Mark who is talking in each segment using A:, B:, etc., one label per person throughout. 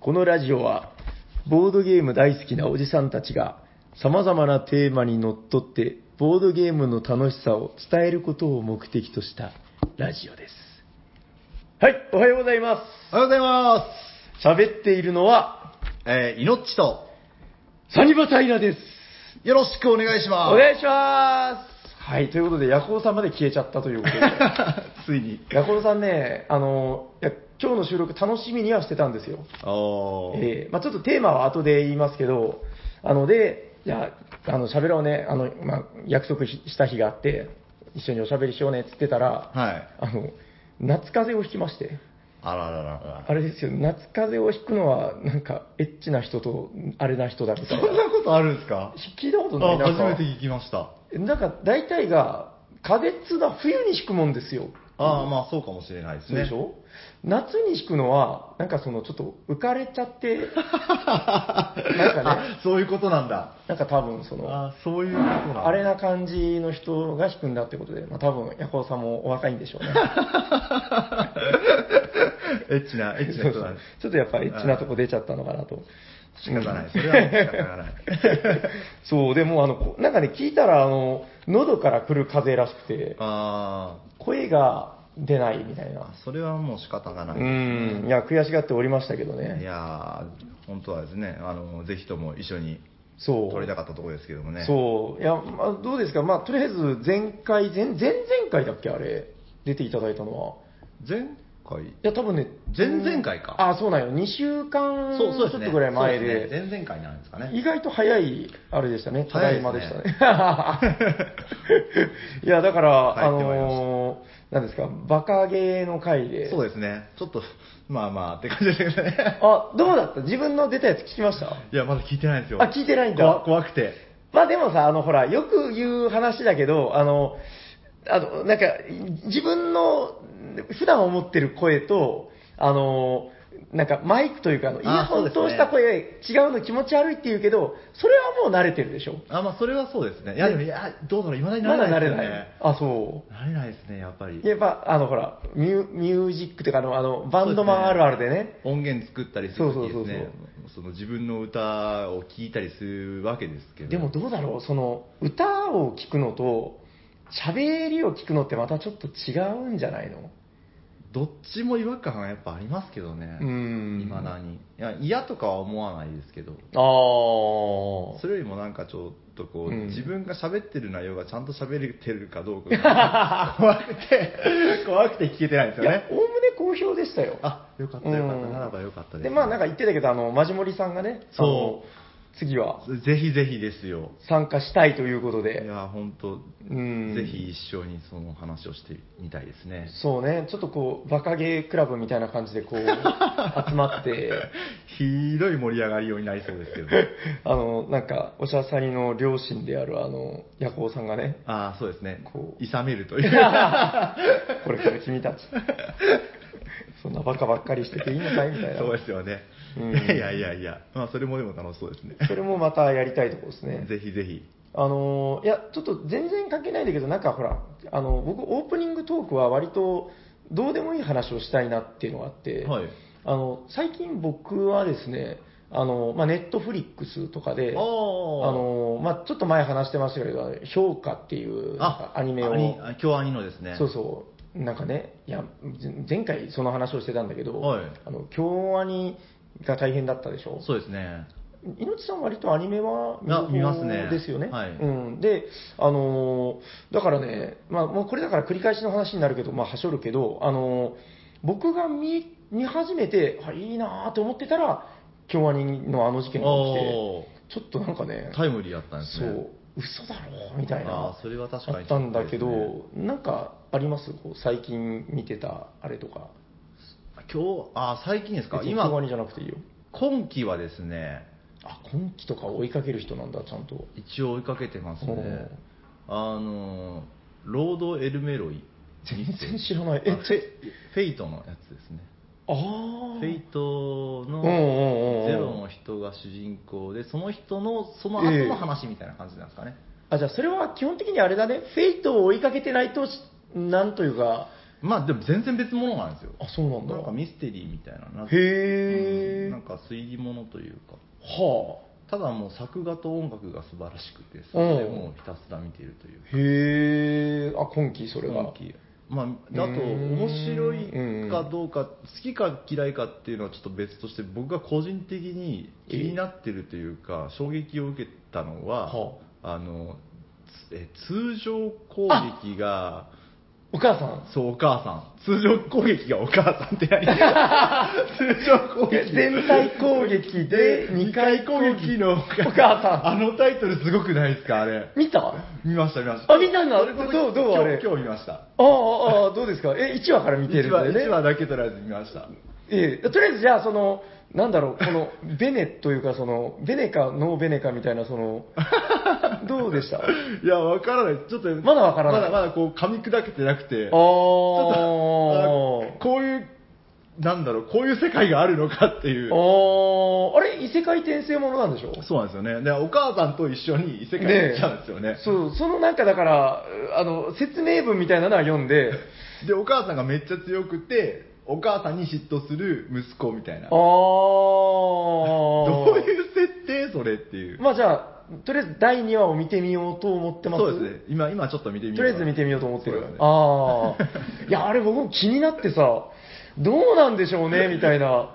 A: このラジオは、ボードゲーム大好きなおじさんたちが、様々なテーマにのっとって、ボードゲームの楽しさを伝えることを目的としたラジオです。はい、おはようございま
B: おはようございます。
A: す。喋っているのは、
B: えー、いのっちと、
A: サニバタイラです。
B: よろしくお願いします。
A: お願いします。はい、ということで、ヤコウさんまで消えちゃったということ で。
B: ついに。
A: ヤコウさんね、あの、いや今日の収録楽しみにはしてたんですよ。
B: おー。
A: えーまあ、ちょっとテーマは後で言いますけど、あので、じゃあ、あの喋ろうね、あのまあ、約束しした日があって、一緒におしゃべりしようねって言ってたら、
B: はい。
A: あの夏風邪をひきまして、
B: あらららら
A: あれですよ、夏風邪をひくのは、なんか、エッチな人と、あれな人だみた
B: そ
A: い
B: ん
A: な、
B: なことあるんですか
A: 聞いたことない
B: あ、
A: なん
B: 初
A: か
B: めて聞きました。
A: なんか大体が、風邪っつうのは冬にひくもんですよ。
B: あー、まあそうかもしれないです
A: そう
B: ね。
A: でしょ夏に引くのは、なんかそのちょっと浮かれちゃ って、なんかね、
B: あ、そういうことなんだ。
A: なんか多分その、
B: あー、そういうことなんだ。
A: あれな感じの人が引くんだってことで、まあ多分、ヤコウさんもお若いんでし ょうね。
B: エッチな、エッチな人なんです。
A: ちょっとやっぱエッチなとこ出ちゃったのかなと。
B: 仕方ない。それは仕方ない。
A: そう、でもあの、こなんかね、聞いたら、あの、喉から来る風邪らしくて、
B: あ
A: 声が出ないみたい
B: ー
A: な。、
B: それはもう仕方が
A: う
B: ない。
A: ん、いや、悔しがっておりましたけど
B: い
A: ね。
B: やー、本当はですね、あの、ぜひとも一緒に
A: そう。
B: 撮りたかったところですけどもね。
A: そう、いや、まあ、どうですか、まあ、とりあえず前回、前前々回だっけ、あれ、出ていただいたのは。
B: 前回
A: いや、多分ね、
B: 前々回か
A: あ、そうなんよ、2週間
B: そうそうです
A: ちょっ
B: ね。
A: とぐらい前
B: そう
A: で、
B: すね前々回なんですかね。
A: 意外と早い、あれでしたね、ただいまでしたね。 いや、だから、あ
B: 入ってまいりました
A: のーなんですか、バカゲーの回で。
B: そうですね。ちょっと、まあまあって感じでしたけどね。
A: あ、どうだった自分の出たやつ聞きました
B: いや、まだ聞いてないんですよ。
A: あ聞いてないんだ
B: 怖怖くて。
A: まあでもさ、あの、ほら、よく言う話だけど、あの、あの、なんか、自分の普段思ってる声と、あの、なんかマイクというか、あのイヤ
B: あ
A: ホ
B: そう
A: ン
B: ですね
A: 通した声、違うの気持ち悪いって言うけど、それはもう慣れてるでしょ
B: あ、まあそれはそうですね。いや、でも、いや、どうだろう、いまだに慣
A: まだ
B: れな
A: 慣
B: いで
A: れ
B: すよ
A: な
B: ね。
A: い。あ、そ
B: 慣れないですね、やっぱり
A: う。。やっぱ、あの、ほら、ミュミュージックというか、あの、あのバンドマンあるあるでね。
B: 音源作ったりするときです
A: そう
B: ね
A: そう
B: その自分の歌を聴いたりするわけですけど
A: でもどうだろう、その、歌を聴くのと、喋りを聞くのってまたちょっと違うんじゃないの
B: どっちも違和感はやっぱありますけどね
A: う
B: い
A: ん。
B: まだにいや嫌とかは思わないですけど
A: ああ。
B: それよりもなんかちょっとこう、
A: うん
B: 自分が喋ってる内容がちゃんと喋れてるかどうか が怖くて、怖くて聞けてないんです
A: い
B: よ
A: や
B: ね、。
A: おおむね好評でしたよ。
B: あ、よかったよかっ
A: う
B: た、
A: ん
B: ならばよかったです。
A: で、まあなんか言ってたけど、あの、まじもりさんがね、
B: そ
A: あの次は
B: ぜひぜひですよ。
A: 参加したいということ
B: い
A: で、
B: や、本当、
A: うん
B: ぜひ一緒にその話をしてみたいですね。
A: そうね、ちょっとこう、バカゲークラブみたいな感じで こう、集まって、
B: ひどい盛り上がりようになりそうですけど。
A: あの、なんか、おしゃさりの両親である、あの、ヤコウさんがね、
B: ああ、そうですね。
A: こう
B: いさめるとい
A: こ
B: う。
A: れから君た ち、そんなバカばっかりしてていいのかいみたいな。
B: そうですよね。
A: うん
B: いやいやいやいや。まあ、それもでも楽しそうですね。
A: それもまたやりたいところですね。
B: ぜひぜひ。
A: あのーいや、ちょっと全然関係ないんだけど、なんかほら、あの僕、オープニングトークは割とどうでもいい話をしたいなっていうのがあって、
B: はい。
A: あの最近僕はですね、あのまあ、ネットフリックスとかで、
B: あ
A: あ
B: ー
A: のまあ、ちょっと前話してましたけど、あの評価っていうなんかアニメを、
B: あにあ京アニのですね。
A: そうそう、なんかね、いやぜ前回その話をしてたんだけど、
B: はい
A: あの京アニが大変だったでしょ。
B: そうですね。
A: 猪木さん、割とアニメは見る
B: あ見ますね
A: 方ですよね。
B: はい
A: うん、で、あのーだからね、まあ、もうこれだから繰り返しの話になるけど、まあ、はしょるけど、あのー僕が見見始めて、あいいなーと思ってたら、京アニのあの事件が起
B: お
A: きて、ちょっとなんかね
B: ー、タイムリーだったんです
A: そ
B: ね。
A: う、嘘だろみたいな
B: あー、それは確かに
A: あったんだけど、
B: ショックで
A: なんかありますこう最近見てたあれとか。
B: 今日、あー、最近ですか。
A: 別に京ア
B: 今、
A: ニじゃなくていいよ。
B: 今期はですね、
A: あ、今期とか追いかける人なんだ、ちゃんと。
B: 一応追いかけてます
A: お
B: ね
A: ー。
B: あのー、ロード・エルメロイ。
A: 全然知らない。え、
B: あ
A: ち
B: フェフェイトのやつですね。
A: あ
B: フ
A: あ。
B: ェイト
A: うん
B: の
A: うんうんうん
B: ゼロの人が主人公で、その人のその後
A: ええ
B: の話みたいな感じなんですかね。
A: あじゃあそれは基本的にあれだねフェイトを追いかけてないとしなんというか
B: まあでも全然別物なんですよ
A: あ、そうなんだ。
B: なんかミステリーみたいななんか
A: へえ。
B: なんか推理物というか
A: は
B: ただもう作画と音楽が素晴らしくてそれでもうひたすら見ているという
A: あ。へえ。あ、今期それが。
B: 今期まあ、あと
A: うーん
B: 面白いかどうか好きか嫌いかっていうのはちょっと別として僕が個人的に気になってるというか衝撃を受けたのは
A: は
B: あのつえ通常攻撃が
A: お母さん。
B: そうお母さん通常攻撃がお母さんって何 通常攻撃
A: 全体攻撃で2回攻撃のお母
B: あのタイトルすごくないですかあれ
A: さん。見たあ、
B: 見ました見ました
A: 見たんだ。
B: それこそ
A: どう、どうあれ。
B: 今日今日見ました
A: ああ、ああ、どうですかえ、1話から見てる
B: 一
A: んだ
B: 話
A: よ
B: 一
A: ね。
B: 話だけとりあえず見ました
A: ええとりあえずじゃあ、その、なんだろう、この、ベネというか、その、ベネか、ノーベネかみたいな、そ の、どうでしたあ
B: いや、わからない。ちょっと、
A: まだわからない
B: まだまだこう、噛み砕けてなくて、ちょっとあ
A: あ。
B: こういう、なんだろう、こういう世界があるのかっていう。
A: ああ、あれ異世界転生ものなんでしょ
B: そうなんですよね。で、お母さんと一緒に異世界に行っちゃうんですよね。
A: そう、そのなんかだから、あの、説明文みたいなのは読んで、
B: で、お母さんがめっちゃ強くて、お母さんに嫉妬する息子みたい
A: あ
B: な。
A: あ。
B: どういう設定それって いう。
A: まあじゃあ、とりあえず第2話を見てみようと思ってます。
B: そうですね。今、今ちょっと見てみよう
A: とりあえず見てみようと思ってる。
B: そうですね
A: ああ。いや、あれ僕も気になってさ、どうなんでしょう ね、みたいな。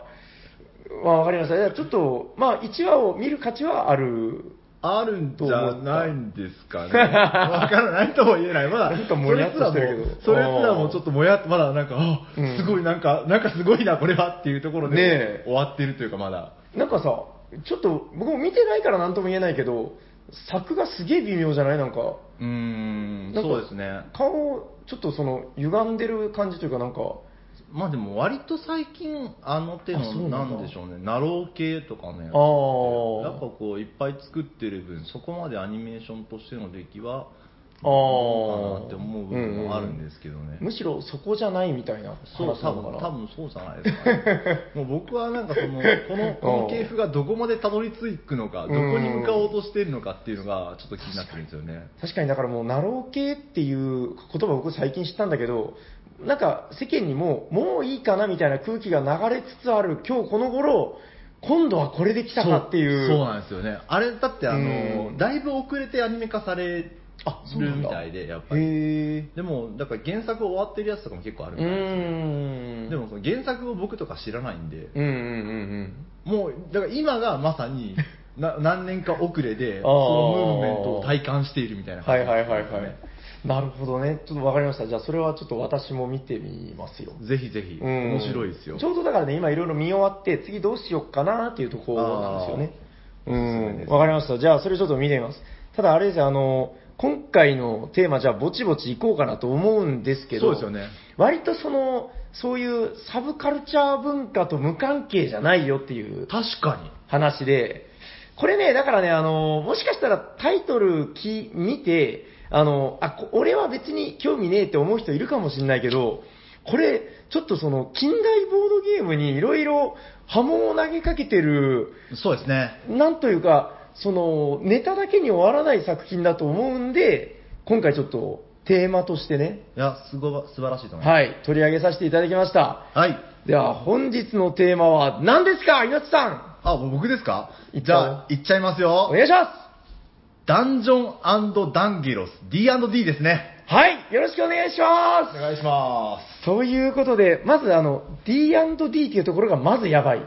A: まあわかりました。いやちょっと、まあ1話を見る価値はある。
B: あるんじゃないんですかね。わからないとも言えない。まだ、
A: なんかもやっとしてるけど
B: それすらも、それすらもちょっともやっと、まだなんか、あ
A: うん
B: すごいなんか、なんかすごいな、これはっていうところ
A: ね
B: で
A: え
B: 終わってるというか、まだ。
A: なんかさ、ちょっと僕も見てないから何とも言えないけど、作がすげえ微妙じゃないなんか。
B: うーん、
A: なんか
B: そうですね。
A: 顔、ちょっとその、歪んでる感じというかなんか、
B: まあでも割と最近、あの手
A: あそう
B: の、
A: な
B: なん
A: だ
B: んでしょうね、ナロー系とかね。
A: あー
B: やっぱこう、いっぱい作ってる分、そこまでアニメーションとしての出来は、
A: あー
B: どうかなって思う部分もあるんですけどね。
A: むしろそこじゃないみたいな
B: そう、
A: 話な
B: 多
A: のか
B: 分、
A: な。
B: 多分そうじゃないですか、 ね。もう僕はなんかその、この、この系譜がどこまでたどり着くのか、どこに向かおうとしているのかっていうのが、ちょっと気になってるんですよね。
A: 確かにだからもう、ナロー系っていう言葉僕最近知ったんだけど、なんか世間にもう、もういいかなみたいな空気が流れつつある今日この頃、今度はこれで来たかっていう。
B: そうそうなんですよね。あれ、だってあ
A: う
B: の、
A: ん
B: だいぶ遅れてアニメ化される
A: あそうなんだ
B: みたいで、やっぱり。
A: へえ。
B: でも、だから原作終わってるやつとかも結構ある
A: う
B: み
A: ー
B: たいですよ
A: ん。
B: でも、その原作を僕とか知らないんで、
A: うんうんうん
B: もう、だから今がま さに、な何年か遅れで、
A: あー
B: そのムーブメントを体感しているみたい
A: うん。
B: な
A: はい
B: 感じ
A: はいはい
B: ですよ
A: は
B: ね
A: い。なるほどね。ちょっとわかりました。じゃあそれはちょっと私も見てみますよ。
B: ぜひぜひ、
A: うん
B: 面白いですよ。
A: ちょうどだからね、今いろいろ見終わって、次どうしようかなっていうところなんですよね。
B: あー
A: う
B: おすすめ
A: ん。
B: です
A: わかりました。じゃあ、それちょっと見てみます。ただ、あれですよ、あの、今回のテーマ、じゃあ、ぼちぼちいこうかなと思うんですけど、
B: そうですよね。
A: 割とその、そういうサブカルチャー文化と無関係じゃないよっていう
B: 確かに。
A: 話で、これね、だからね、あの、もしかしたらタイトルき見て、あの、あ、こ俺は別に興味ねえって思う人いるかもしれないけど、これ、ちょっとその、近代ボードゲームにいろいろ波紋を投げかけてる、
B: そうですね。
A: なんというか、その、ネタだけに終わらない作品だと思うんで、今回ちょっと、テーマとしてね、
B: いや、すごい、素晴らしいと思いま
A: はい、取り上げさせていただきました。
B: す。はい。
A: では、本日のテーマは何ですか、岩地さん
B: あ、もう僕ですか
A: いっち
B: じ
A: ゃおう
B: ゃあ、いっちゃいます
A: お
B: よ。
A: 願いします
B: ダンジョンダンゲロス、D&D ですね。
A: はい、よろしくお願いしま
B: お
A: す。
B: 願いします。。
A: ということで、まずあの、D&D っていうところがまずやばい。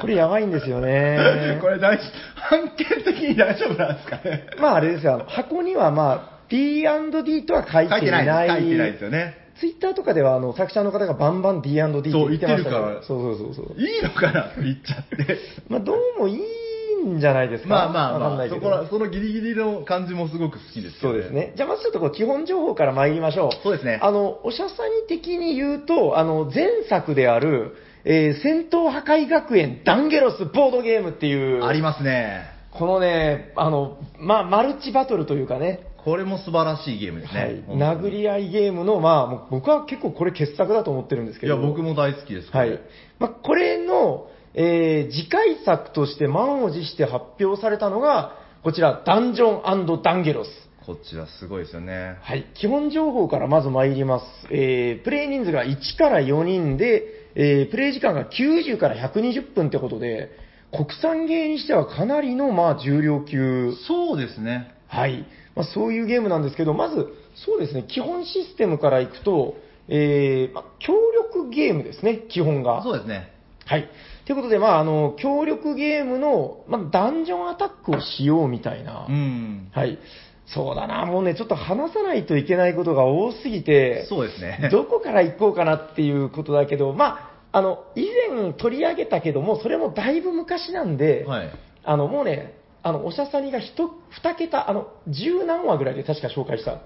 A: これやばいんですよね
B: これ大事、判決的に大丈夫なんですかね。
A: まああれですよ、あの箱にはまあ、D&D とは書い
B: 書
A: て
B: いて
A: いない。
B: ないです。書いてないですよね。
A: ツイッターとかではあの作者の方がバンバン D&D って言ってましたけ
B: そう言ってるか
A: ど
B: ら
A: そうそうそうそう。
B: いいのかな言っちゃって。
A: まあどうもいいんじゃないですか。
B: まあまあ
A: わかん
B: ま
A: な
B: あ、
A: いけ
B: そ
A: ど
B: こら、そのギリギリの感じもすごく好きです
A: そ
B: よ
A: う
B: ね。
A: です。ね。じゃあまずちょっとこう基本情報から参りましょう。
B: そうですね
A: あの、おしゃさに的に言うと、あの、前作である、えー戦闘破壊学園ダンゲロスボードゲームっていう、
B: ありますね。
A: このね、あの、まあ、マルチバトルというかね、
B: これも素晴らしいゲームですね。本当に
A: はい、殴り合いゲームの、まあ、もう僕は結構これ傑作だと思ってるんですけ
B: い
A: ど。
B: や、僕も大好きです。こ
A: は
B: れ
A: い。まあ、これの、えー次回作として満を持して発表されたのが、こちら、ダンジョンダンゲロス。
B: こっちはすごいですよね。
A: はい、基本情報からまず参ります。えープレイ人数が1から4人で、えープレイ時間が90から120分ってことで、国産ゲーにしてはかなりの、まあ、重量級。
B: そうですね。
A: はい。まあ、そういうゲームなんですけど、まず、そうですね、基本システムからいくと、えーまあ協力ゲームですね、基本が。
B: そうですね。
A: はい。ということで、まあ、あの、協力ゲームの、まあ、ダンジョンアタックをしようみたいな。
B: うん。
A: はい。そうだな、もうね、ちょっと話さないといけないことが多すぎて、
B: そうですね。
A: どこから行こうかなっていうことだけど、まあ、あの、以前取り上げたけども、それもだいぶ昔なんで、
B: はい。
A: あの、もうね、あの、おしゃさにが一、二桁、あの、十何話ぐらいで確か紹介した、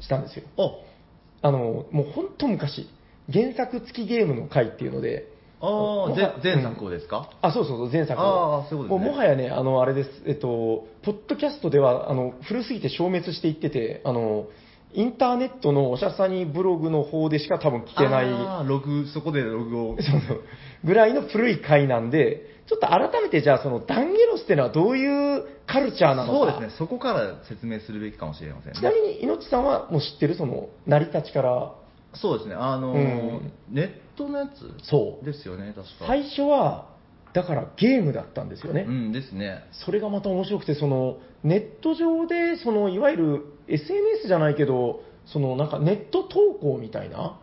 A: したんですよ。あの、もうほんと昔、原作付きゲームの回っていうので、
B: お、あ
A: も
B: あ、
A: はや
B: ぜ前作をですか、
A: あ、そうそうそう、前作の
B: ああそういうことですね
A: ももはやね、あの、あれです、えっと、ポッドキャストでは、あの、古すぎて消滅していってて、あの、インターネットのおしゃさにブログの方でしか多分聞けない、
B: ああ、ログ、そこでログを。
A: そうそう、ぐらいの古い回なんで、ちょっと改めてじゃあ、その、ダンゲロスっていうのはどういうカルチャーなのか。
B: そうですね。そこから説明するべきかもしれません
A: ちな
B: ね。
A: みに、いのちさんはもう知ってる、その、成り立ちから。
B: そうですね。あのー
A: うん
B: ネットのやつ
A: そう。
B: ですよね、確か。
A: 最初は、だからゲームだったんですよね。
B: うんですね。
A: それがまた面白くて、そのネット上でそのいわゆる SNS じゃないけど、そのなんかネット投稿みたいな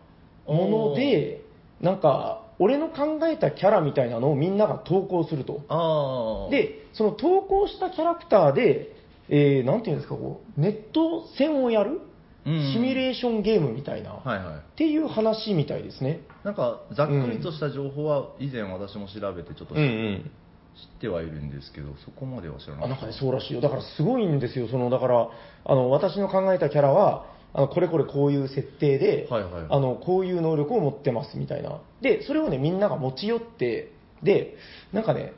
A: もので、なんか俺の考えたキャラみたいなのをみんなが投稿すると。
B: ああ。、
A: で、その投稿したキャラクターで、えーなんていうんですか、こうネット戦をやるシミュレ
B: ー
A: ーションゲームみたいな、っ
B: はいはい。
A: ていう話みたいですね。
B: なんか、ざっくりとした情報は、以前私も調べて、ちょっと知
A: ん。
B: ってはいるんですけど、そこまでは知らな
A: あ
B: か
A: なん
B: っ
A: か
B: た。
A: ね、そうらしいよ。だからすごいんですよ。その、だから、あの、私の考えたキャラは、あの、これこれこういう設定で、
B: はいはい。
A: あの、こういう能力を持ってます、みたいな。で、それをね、みんなが持ち寄って、で、なんかね、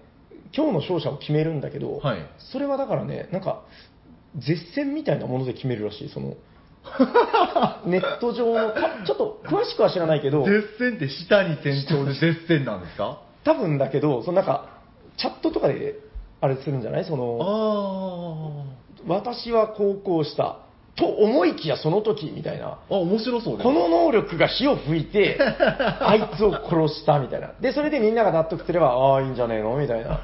A: 今日の勝者を決めるんだけど、
B: はい。
A: それはだからね、なんか、絶戦みたいなもので決めるらしい、そ の、ネット上のか、ちょっと詳しくは知らないけど、
B: 絶戦って下に転調で絶戦なんですか
A: 多分だけど、そのなんか、チャットとかで、あれするんじゃないそ
B: あ
A: の、
B: あ。
A: 私は高校したと思いきやその時みたいな
B: あ、面白そうです。
A: この能力が火を吹い てあいつを殺したみたいなでそれでみんなが納得すればああいいんじゃねえのみたいな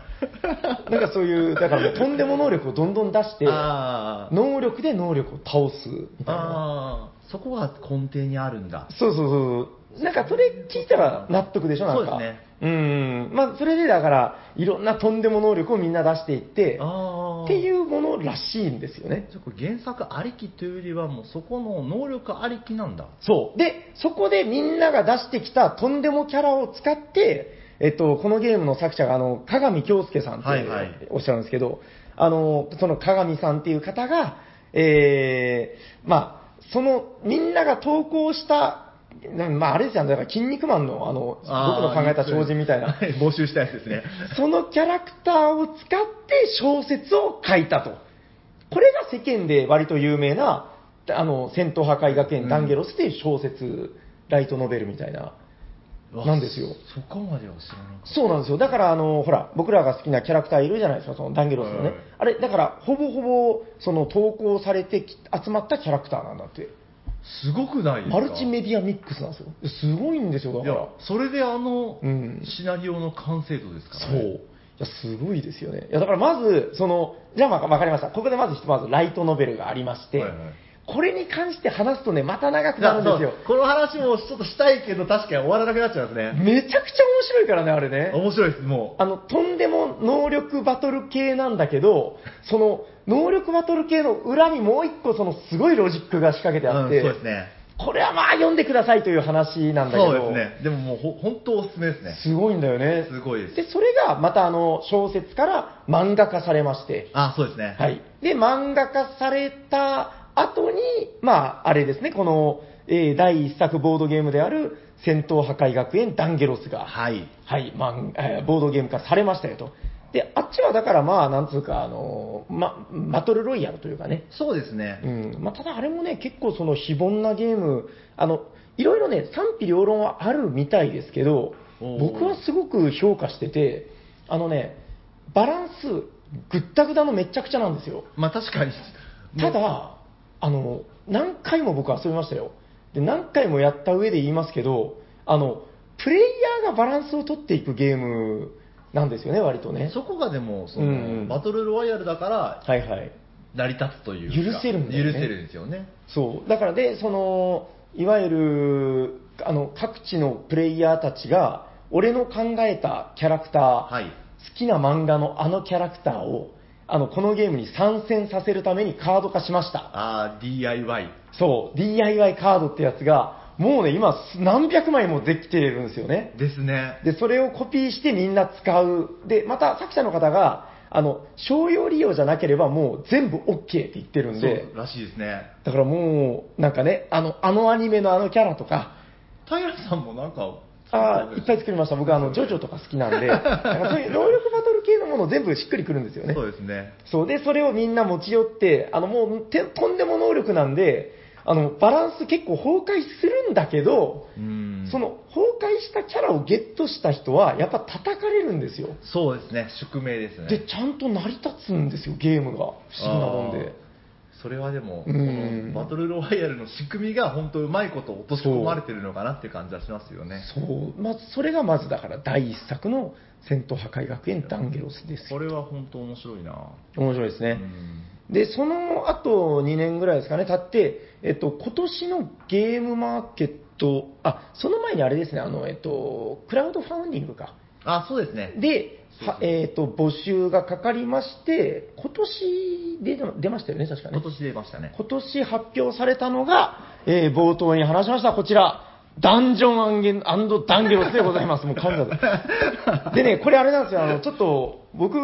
A: なんかそういうだからもうとんでも能力をどんどん出して
B: あー
A: 能力で能力を倒すみたいな
B: あー、そこが根底にあるんだ。
A: そうそうそうそうなんかそれ聞いたら納得でしょなんか
B: そうですね
A: うんまあそれでだからいろんなとんでも能力をみんな出していって
B: ああ。。
A: っていううものらしいんですよね
B: ちょっと原作ありきというよりは、もうそこの能力ありきなんだ。
A: そう。で、そこでみんなが出してきたとんでもキャラを使って、えっと、このゲームの作者が、あの、加賀美京介さんって
B: はいはい
A: おっしゃるんですけど、あの、その加賀美さんっていう方が、えー、まあ、その、みんなが投稿した、なまあ、あれですよね、だから、筋肉マンの、あの、僕の考えた超人みたいな、
B: はい募集したやつですね。
A: そのキャラクターを使って小説を書いたと。これが世間で割と有名な、あの、戦闘破壊学園ダンゲロスっていう小説、ライトノベルみたいな。
B: わ
A: なんですよ。
B: そこまでは知らなかった。
A: そうなんですよ。だから、あの、ほら、僕らが好きなキャラクターいるじゃないですか、そのダンゲロスのね。
B: はい
A: あれ、だから、ほぼほぼ、その投稿されてき集まったキャラクターなんだって。
B: すごくないですか
A: マルチメディアミックスなんですよ。すごいんですよ、だ
B: い
A: か
B: や
A: ら。、
B: それであの、
A: うん。
B: シナリオの完成度ですか
A: そ
B: ら、ね。
A: う。いや、すごいですよね。いや、だからまず、その、じゃあまあわかりました。ここでまずひとまずライトノベルがありまして、
B: はいはい
A: これに関して話すとね、また長くなるんですよ
B: そう。この話もちょっとしたいけど、確かに終わらなくなっちゃいますね。
A: めちゃくちゃ面白いからね、あれね。
B: 面白いです、もう。
A: あの、とんでも能力バトル系なんだけど、その、能力バトル系の裏にもう一個そのすごいロジックが仕掛けてあって、
B: うんそうですね。
A: これはまあ読んでくださいという話なんだけど、
B: そうですね。でももうほ、本当おすすめですね。
A: すごいんだよね。
B: すごいです。
A: で、それがまたあの、小説から漫画化されまして、
B: あ、そうですね。
A: はい。で、漫画化された後に、まあ、あれですね、この、えー第1作ボードゲームである、戦闘破壊学園ダンゲロスが、
B: はい。
A: はい、漫えーボードゲーム化されましたよと。で、あっちはだからまあ、なんつうか、あのーま、バトルロイヤルというかね、
B: そうですね
A: う。ん、まあ、ただあれもね、結構その非凡なゲーム、あの、いろいろね、賛否両論はあるみたいですけど、
B: おー
A: 僕はすごく評価してて、あのね、バランス、ぐったぐたのめっちゃくちゃなんですよ。
B: まあ確かに。
A: ただ、あの、何回も僕遊びましたよ。で、何回もやった上で言いますけど、あの、プレイヤーがバランスを取っていくゲームなんですよね、割とね。
B: そこがでもその、
A: うんうん
B: バトルロワイヤルだから
A: はいはい。
B: 成り立つというか
A: 許せるんだよね
B: 許せるんですよね
A: そう。だからで、その、いわゆる、あの、各地のプレイヤーたちが、俺の考えたキャラクター、
B: はい
A: 好きな漫画のあのキャラクターを、あの、このゲームに参戦させるためにカード化しました。
B: ああ DIY
A: そう、DIY カードってやつが、もうね、今、何百枚もできてるんですよね。
B: ですね
A: で、それをコピーしてみんな使う。で、また作者の方が、あの、商用利用じゃなければもう全部 OK って言ってるんで
B: そ、うらしいですね
A: だからもう、なんかね、あの、あのアニメのあのキャラとか、
B: 平さんもなんか
A: ああ、いっぱい作りました。僕、あの、ジョジョとか好きなんで、なんかそういう能力バトル系のもの全部しっくりくるんですよね。
B: そうですね
A: そうで、それをみんな持ち寄って、あの、もうて、とんでも能力なんで、あの、バランス結構崩壊するんだけど、
B: うん
A: その、崩壊したキャラをゲットした人は、やっぱ叩かれるんですよ。
B: そうですね宿命ですね
A: で、ちゃんと成り立つんですよ、ゲームが。不思議なもん
B: あ
A: で
B: ー。それはでも、
A: うん
B: このバトルロワイヤルの仕組みが本当うまいこと落とし込まれてるのかなっていう感じはしますよね
A: そう、まず、それがまずだから、第一作の戦闘破壊学園ダンゲロスです
B: こ。れは本当面白いな、
A: 面白いです
B: う
A: ね。
B: ん
A: で、その後2年ぐらいですかね、経って、えっと、今年のゲームマーケット、あ、その前にあれですね、あの、えっと、クラウドファウンディングか。
B: あそうですね
A: で、
B: そう
A: は
B: そう
A: えっと、募集がかかりまして、今年で出ましたよね、確かね
B: 今。年出ましたね
A: 今年発表されたのが、えー冒頭に話しました、こちら、ダンジョンアンゲンダンゲロスでございます。もう噛んだぞ でね、これあれなんですよ、あの、ちょっと、僕、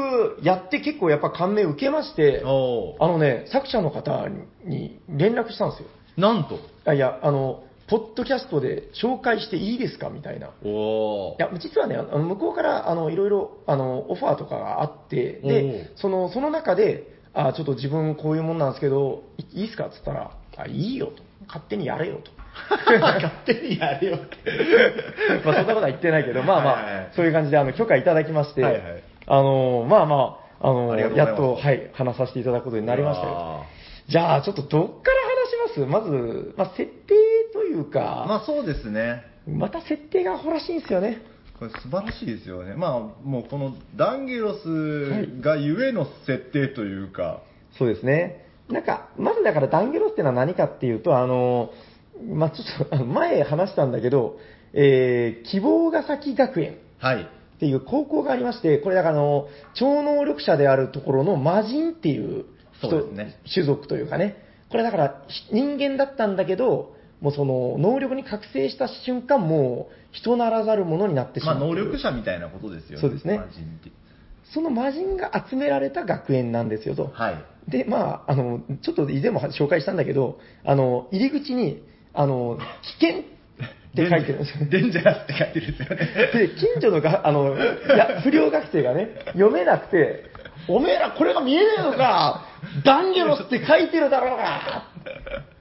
A: やって結構やっぱ感銘受けまして、
B: お
A: あのね、作者の方に連絡したんですよ。
B: おなんと
A: あいや、あの、ポッドキャストで紹介していいですかみたいな。
B: おお
A: いや、実はね、あの向こうから、あの、いろいろ、あの、オファーとかがあって、で
B: お、
A: その、その中で、あ、ちょっと自分こういうもんなんですけど、いいいっすかって言ったら、あ、いいよと。勝手にやれよと。
B: 勝手にやれよ
A: まあ、そんなことは言ってないけ ど、まあまあ、
B: はいはいはい
A: そういう感じで、あの、許可いただきまして、
B: はいはい
A: あの、まあまあ、あの
B: ありがとうございます
A: やっと、はい、話させていただくことになりましたよ。じゃあ、ちょっとどっから話しますまず、まあ、設定というか、
B: まあそうですね
A: また設定がほらしいんですよね。
B: これ素晴らしいですよねまあもうこのダンゲロスがゆえの設定というか、
A: そうですね。なんか、まずだからダンゲロスってのは何かっていうと、あの、まあ、ちょっとあの、前話したんだけど、えー希望ヶ崎学園
B: はい
A: っていう高校がありまして、これだからあの、超能力者であるところの魔人っていう人
B: そうですね
A: 種族というかね、これだからひ人間だったんだけど、もうその能力に覚醒した瞬間、もう人ならざるものになってし
B: ま
A: ま
B: あ
A: うとい
B: 能
A: う
B: 力者みたいなことですよね
A: そうですね
B: マジンって
A: その魔人が集められた学園なんですよと。
B: はい
A: で、まあ、あの、ちょっと以前も紹介したんだけど、あの、入り口に、あの、危険って書いてるんですよ。
B: デンジャラスって書いてるんですよね。
A: で、近所のが、あの、いや不良学生がね、読めなくて、おめえらこれが見えねえのかダンゲロスって書いてるだろうが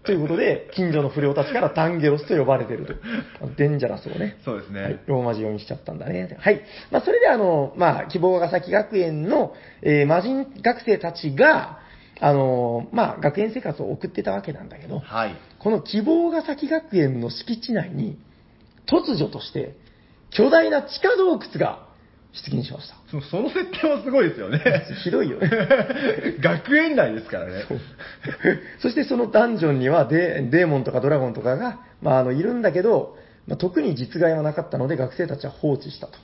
A: ということで、近所の不良たちからダンゲロスと呼ばれてると。あのデンジャラスをね。
B: そうですね。
A: はい、ローマ字読みしちゃったんだね。はい。まあ、それであの、まあ、希望ヶ崎学園の、えー魔人学生たちが、あのーまあ、学園生活を送ってたわけなんだけど、
B: はい。
A: この希望ヶ崎学園の敷地内に、突如として、巨大な地下洞窟が出現しました。
B: そその設定はすごいで すよね。
A: ひどいよね。
B: 学園内ですからね。
A: そしてそのダンジョンにはデデーモンとかドラゴンとかが、まあ、あのいるんだけど、まあ、特に実害はなかったので学生たちは放置したと。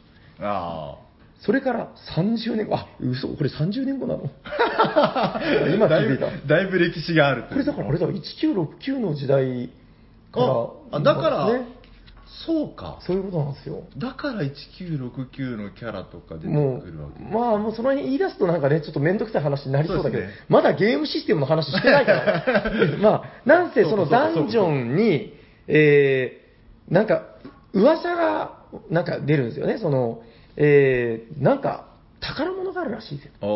B: あ
A: それから30年後、あ、嘘、これ30年後なの
B: あ。
A: 今
B: だ
A: 気
B: い
A: づ
B: ぶ
A: いた。こ
B: だいぶ歴史があるという
A: れだからあれだ、1969の時代から。
B: あ、あだから、
A: ね
B: そうか。
A: そういうことなんですよ。
B: だから1969のキャラとか出てく
A: も
B: るわけ
A: う、。まあもうその辺言い出すとなんかね、ちょっと面倒くさい話になりそうだけ
B: そう
A: ど、
B: ですね
A: まだゲームシステムの話してない から。まあ、なんせそのダンジョンに、えー、なんか、噂が、なんか出るんですよね。その、えー、なんか、宝物があるらしいですよ。
B: お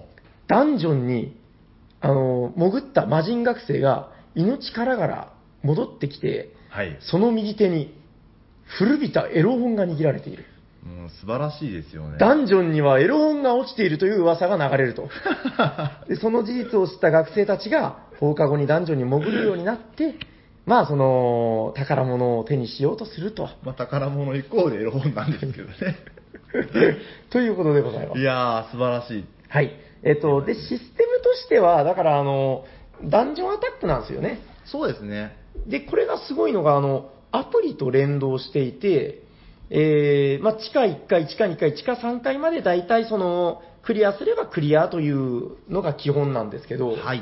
B: お
A: ダンジョンに、あの、潜った魔人学生が命からがら戻ってきて、
B: ー。はい。
A: その右手に古びたエロ本が握られている。
B: うん、素晴らしいですよね。
A: ダンジョンに はエロ本が落ちているという噂が流れると。でその事実を知った学生たちが放課後に男女に潜るようになって、まあその、宝物を手にしようとする と。
B: まあ、宝物以降で本なんです けどね。
A: ということでございます
B: い。やー、素晴らしい。
A: はい。えっと、で、システムとしては、だからあの、ダンジョンアタックなんですよね。
B: そうですね。
A: で、これがすごいのが、あの、アプリと連動していて、えー、まあ、地下1階、地下2階、地下3階まで大体その、クリアすればクリアというのが基本なんですけど、
B: はい。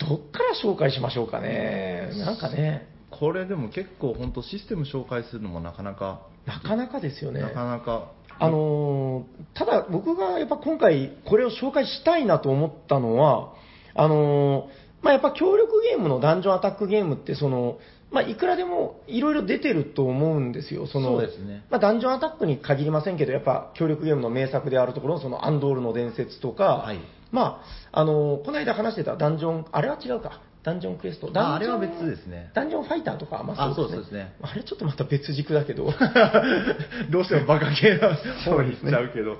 A: これどっから紹介しましょうかね。なんかね、
B: これでも結構本当システム紹介するのもなかなか、
A: なかなかですよね。
B: なかなか、
A: あのーただ僕がやっぱ今回これを紹介したいなと思ったのは、あのーまあ、やっぱ協力ゲームのダンジョンアタックゲームってその、まあ、いくらでもいろいろ出てると思うんですよ。その
B: そうですね
A: まあ、ダンジョンアタックに限りませんけど、やっぱ協力ゲームの名作であるところのそのアンドールの伝説とか、
B: はい
A: まあ、あのーこの間話してたダンジョン、あれは違うか。ダンジョンクエスト。
B: あ
A: ダ
B: あ
A: ンジ
B: れ
A: ョン
B: は別ですね。
A: ダンジョンファイターとか、ま
B: あそうですね
A: あれちょっとまた別軸だけ ど。
B: どうしてもバカ系な
A: そ
B: 方
A: う
B: に
A: で
B: 行
A: す
B: っ
A: ね
B: ちゃうけど、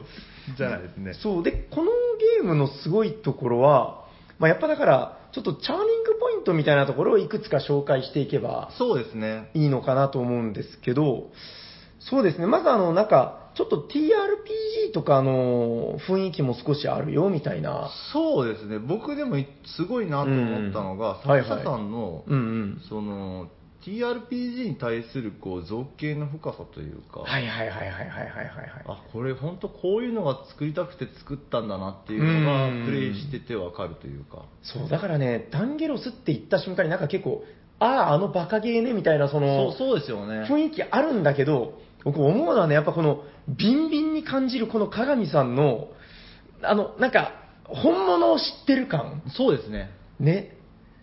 B: じゃないですね。
A: そう。で、このゲームのすごいところは、まあ、やっぱだから、ちょっとチャーミングポイントみたいなところをいくつか紹介していけば
B: そうですね。
A: いいのかなと思うんですけど、そうですね。まずあの、なんか、ちょっと TRPG とかの雰囲気も少しあるよみたいな。
B: そうですね。僕でもいすごいなと思ったのが、
A: うんはいはい
B: 作者さんの、
A: うんうん。
B: その、TRPG に対するこう造形の深さというか、
A: はいはいはいはいはいはいはい。
B: あこれ本当こういうのが作りたくて作ったんだなっていうのが
A: うん
B: プレイしててわかるというか
A: そう、だからね、ダンゲロスって言った瞬間になんか結構、ああ、あのバカゲーねみたいな、その、
B: そうそうですよね
A: 雰囲気あるんだけど、僕思うのはね、やっぱこの、ビンビンに感じるこの鏡さんの、あの、なんか、本物を知ってる感。
B: そうですね
A: ね。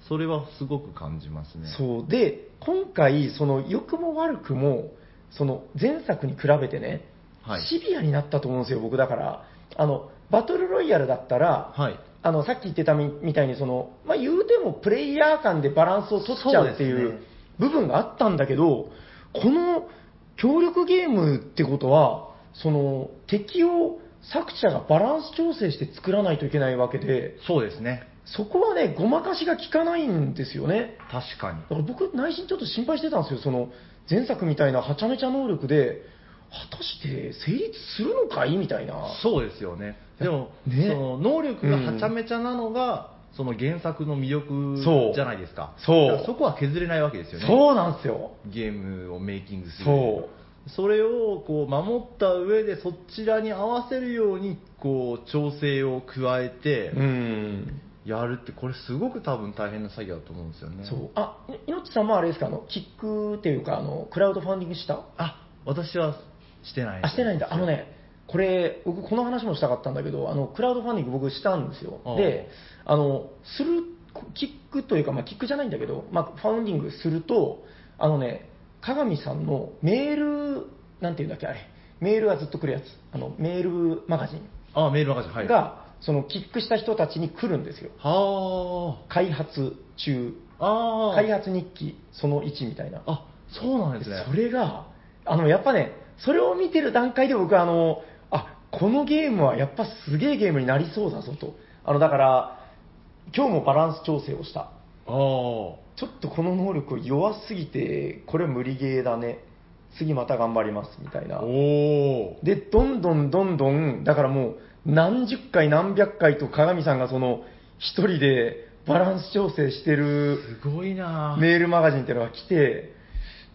B: それはすごく感じますね
A: そう。で、今回、その、良くも悪くも、その、前作に比べてね、
B: はい
A: シビアになったと思うんですよ、僕だから。あの、バトルロイヤルだったら、
B: はい
A: あの、さっき言ってたみみたいに、その、まあ、言うてもプレイヤー間でバランスを取っちゃうってい
B: そうで
A: う
B: すね
A: 部分があったんだけど、この協力ゲームってことは、その、敵を作者がバランス調整して作らないといけないわけで、
B: そうですね
A: そこはね、ごまかしが効かないんですよね。
B: 確かに
A: だから僕、内心ちょっと心配してたんですよ。その、前作みたいなはちゃめちゃ能力で、果たして成立するのかいみたいな。
B: そうですよねでも、
A: ね
B: その能力がはちゃめちゃなのが、その原作の魅
A: そう
B: 力じゃないですか
A: そう
B: だからそこは削れないわけですよね
A: そうなんですよ。
B: ゲームをメイキングする
A: そう。
B: それをこう守った上でそちらに合わせるようにこう調整を加えて
A: うん。
B: やるってこれすごく多分大変な作業だと思うんですよね
A: そう。あ、いのっちさんもあれですか、あの、キックっていうか、あの、クラウドファンディングした
B: あ私はしてない
A: あ、してないんだ。あのね、これ、僕この話もしたかったんだけど、あの、クラウドファンディング僕したんですよ
B: ああ。
A: で、あの、する、キックというか、まあ、キックじゃないんだけど、まあ、ファウンディングすると、あのね、鏡さんのメール、なんていうんだっけ、あれ。メールがずっと来るやつ。あの、メールマガジン
B: あメールマガジンはい
A: が、その、キックした人たちに来るんですよ。
B: は
A: 開発中、
B: あああ
A: 開発日記、その1みたいな。
B: あそうなんですね
A: それが、あの、やっぱね、それを見てる段階で僕はあの、あ、このゲームはやっぱすげえゲームになりそうだぞと。あの、だから、今日もバランス調整をした。
B: ああ
A: ちょっとこの能力弱すぎて、これ無理ゲーだね。次また頑張ります、みたいな。
B: おお
A: で、どんどんどんどん、だからもう、何十回何百回と鏡さんがその、一人でバランス調整してる
B: すごいな
A: メールマガジンっていうのが来て、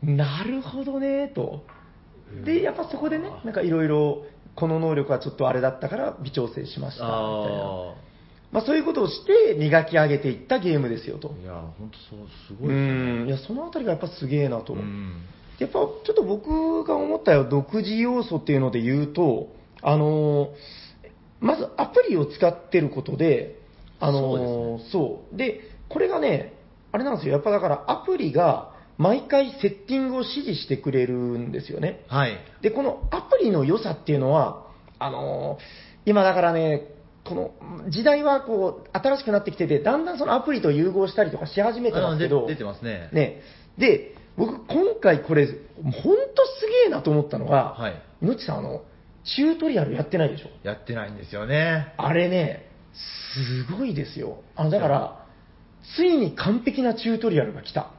A: なるほどねと。
B: う
A: で、
B: ん
A: やっぱそこでね
B: あ、ー
A: なんかいろいろ、この能力はちょっとあれだったから微調整しましたみたいな。
B: あ
A: まあそういうことをして磨き上げていったゲームですよ
B: あ
A: と。
B: いや本当そうすご
A: う
B: いですね
A: ん。いや、そのあたりがやっぱすげえなと。
B: うん
A: やっぱちょっと僕が思ったよ独自要素っていうので言うと、あのーまずアプリを使ってることで、あのーそうでこれがね、あれなんですよ、やっぱだからアプリが毎回セッティングを指示してくれるんですよね。
B: はい
A: で、このアプリの良さっていうのは、あのー今だからね、この時代はこう新しくなってきてて、だんだんそのアプリと融合したりとかし始めてますけ
B: あ
A: ど、
B: で出てますね
A: ね、で、僕、今回これ、本当すげえなと思ったのが、
B: はい
A: いのちさん、あの、チュートリアルやってないでしょ。
B: やってないんですよね
A: あれね、すごいですよ。あの、だから、ついに完璧なチュートリアルが来た。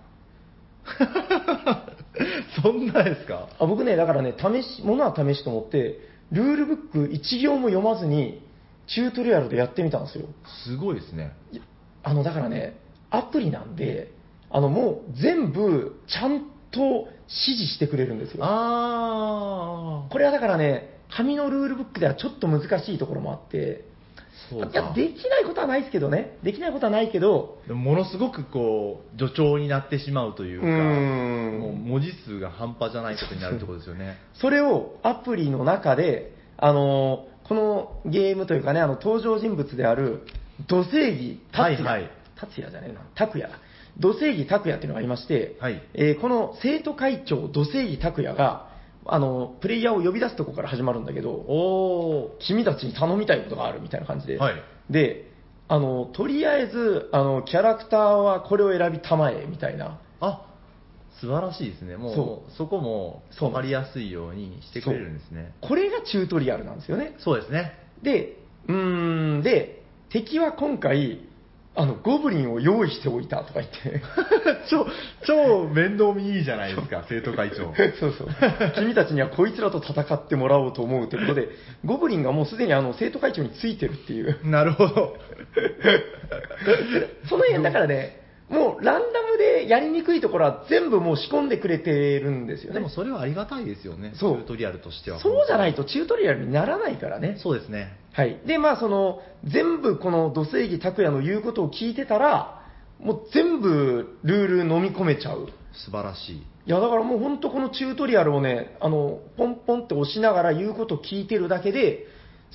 B: そんなですか
A: あ僕ね、だからね、試し、ものは試しと思って、ルールブック1行も読まずに、チュートリアルでやってみたんですよ。
B: すごいですね。
A: いやあの、だからね、アプリなんで、あの、もう全部、ちゃんと指示してくれるんですよ。
B: あ
A: これはだからね、紙のルールブックではちょっと難しいところもあって、
B: そうか
A: いや、できないことはないですけどね。できないことはないけど、
B: でもものすごくこう助長になってしまうというか
A: うーん
B: もう文字数が半端じゃないことになるってことですよね
A: それをアプリの中で、あのーこのゲームというかね、あの登場人物である、土星義達也、
B: はいはい
A: 達也じゃねえな、拓也だ。土星義拓也っていうのがいまして、
B: はい
A: えーこの生徒会長土星義拓也が、あのプレイヤーを呼び出すとこから始まるんだけど、
B: おお
A: 君たちに頼みたいことがあるみたいな感じで、
B: はい
A: で、あのとりあえずあのキャラクターはこれを選びたまえみたいな。
B: あ素晴らしいですねも
A: そう
B: うそこも
A: そう
B: 分かりやすいようにしてくれるんですね
A: これがチュートリアルなんですよね。
B: そうですね
A: で、うーん、で、敵は今回、あの、ゴブリンを用意しておいたとか言 って。
B: 超超面倒見いいじゃないです か生徒会長
A: そうそう。君たちにはこいつらと戦ってもらおうと思うということで、ゴブリンがもうすでにあの、生徒会長についてるっていう。
B: なるほ ど
A: その辺だからね、もうランダムでやりにくいところは全部もう仕込んでくれてるんですよね。
B: でもそれはありがたいですよね
A: そう
B: チュートリアルとしては
A: そうじゃないとチュートリアルにならないからね。
B: そうですね
A: はい。で、まあ、その、全部この土星儀拓也の言うことを聞いてたら、もう全部ルール飲み込めちゃう。
B: 素晴らしい
A: いや、だからもう本当このチュートリアルをね、あの、ポンポンって押しながら言うことを聞いてるだけで、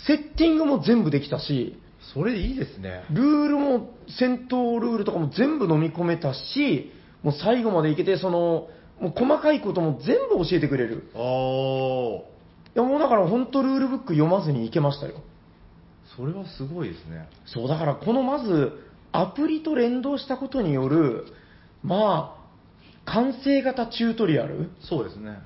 A: セッティングも全部できたし、
B: それいいですね
A: ルールも、戦闘ルールとかも全部飲み込めたし、もう最後までいけて、その、もう細かいことも全部教えてくれる。
B: ああ
A: いや、もうだから本当ルールブック読まずにいけましたよ。
B: それはすごいですね。
A: そう、だからこのまず、アプリと連動したことによる、まあ、完成型チュートリアル
B: そうですね。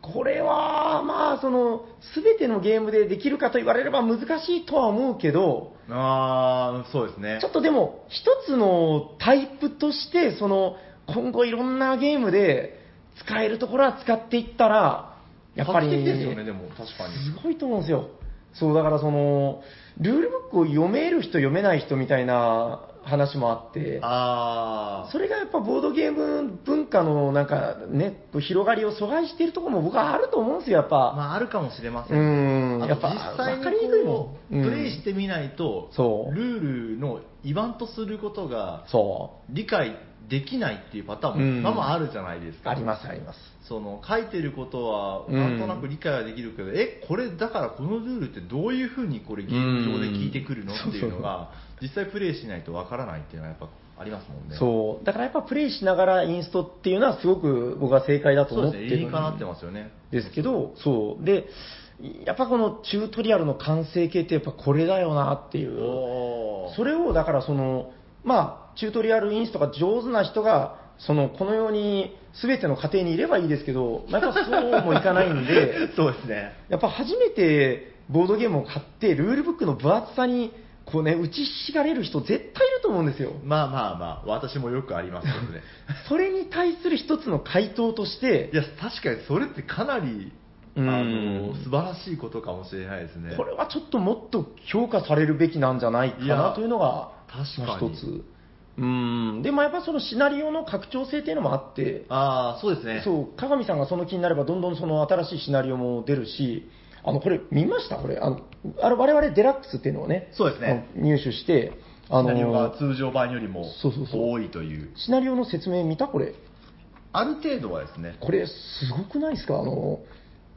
A: これは、まあ、その、すべてのゲームでできるかと言われれば難しいとは思うけど、
B: ああ、そうですね
A: ちょ。っとでも、一つのタイプとして、その、今後いろんなゲームで使えるところは使っていったら、やっぱり、
B: 画期的ですよね、でも確かに。
A: すごいと思うんですよ。そう、だからその、ルールブックを読める人、読めない人みたいな話もあって、
B: ああ
A: それがやっぱボードゲーム文化のなんかね、こう広がりを阻害しているところも僕はあると思うんですよ、やっぱ。
B: まああるかもしれませ。
A: うんん、
B: あと
A: やっぱ、
B: 実際
A: わ
B: に
A: かりにくい
B: こ
A: も。
B: うん
A: うん
B: プレイしてみないと、
A: そう
B: ルールの言わんとすることが
A: そ
B: 理解できないっていうパターン
A: うん
B: もまあまああるじゃないです
A: う。
B: か。
A: あります、あります。
B: その書いてることは
A: うん
B: なんとなく理解はできるけど、えこれだからこのルールってどういうふうにこれ現状で聞いてくるの
A: うん
B: っていうのが実際プレイしないとわからないっていうのはやっぱありますもんねう
A: そう。だからやっぱプレイしながらインストっていうのはすごく僕は正解だと
B: そう
A: 思っ
B: で
A: て
B: す
A: る
B: ね
A: ん
B: 理にかなってますよね
A: ですけど、そう。で、やっぱこのチュートリアルの完成形ってやっぱこれだよなっていう。
B: おー
A: それをだからその、まあ、チュートリアルインストが上手な人が、その、このように全ての家庭にいればいいですけど、まあやっぱそうもいかないんで、
B: そうですね
A: やっぱ初めてボードゲームを買って、ルールブックの分厚さに、こうね、打ちひしがれる人絶対いると思うんですよ。
B: まあまあまあ私もよくありますよね
A: それに対する一つの回答として
B: い、や確かにそれってかなりあ
A: う
B: の
A: ん
B: 素晴らしいことかもしれないですね
A: これはちょっともっと評価されるべきなんじゃないか
B: い
A: な
B: や
A: というのが、
B: 確かに
A: まあ一つ。うん。で、まあやっぱそのシナリオの拡張性っていうのもあって、
B: ああそうですね
A: そう、加賀美さんがその気になれば、どんどんその新しいシナリオも出るし、あの、これ見ましたこれ。あの、あれ我々デラックスっていうのをね、
B: そうですね
A: あの入手して、あ
B: シ
A: の
B: ナリオが通常版よりも
A: そうそうそう
B: 多いという
A: シナリオの説明見たこれ。
B: ある程度はですね
A: これ、すごくないですかあの、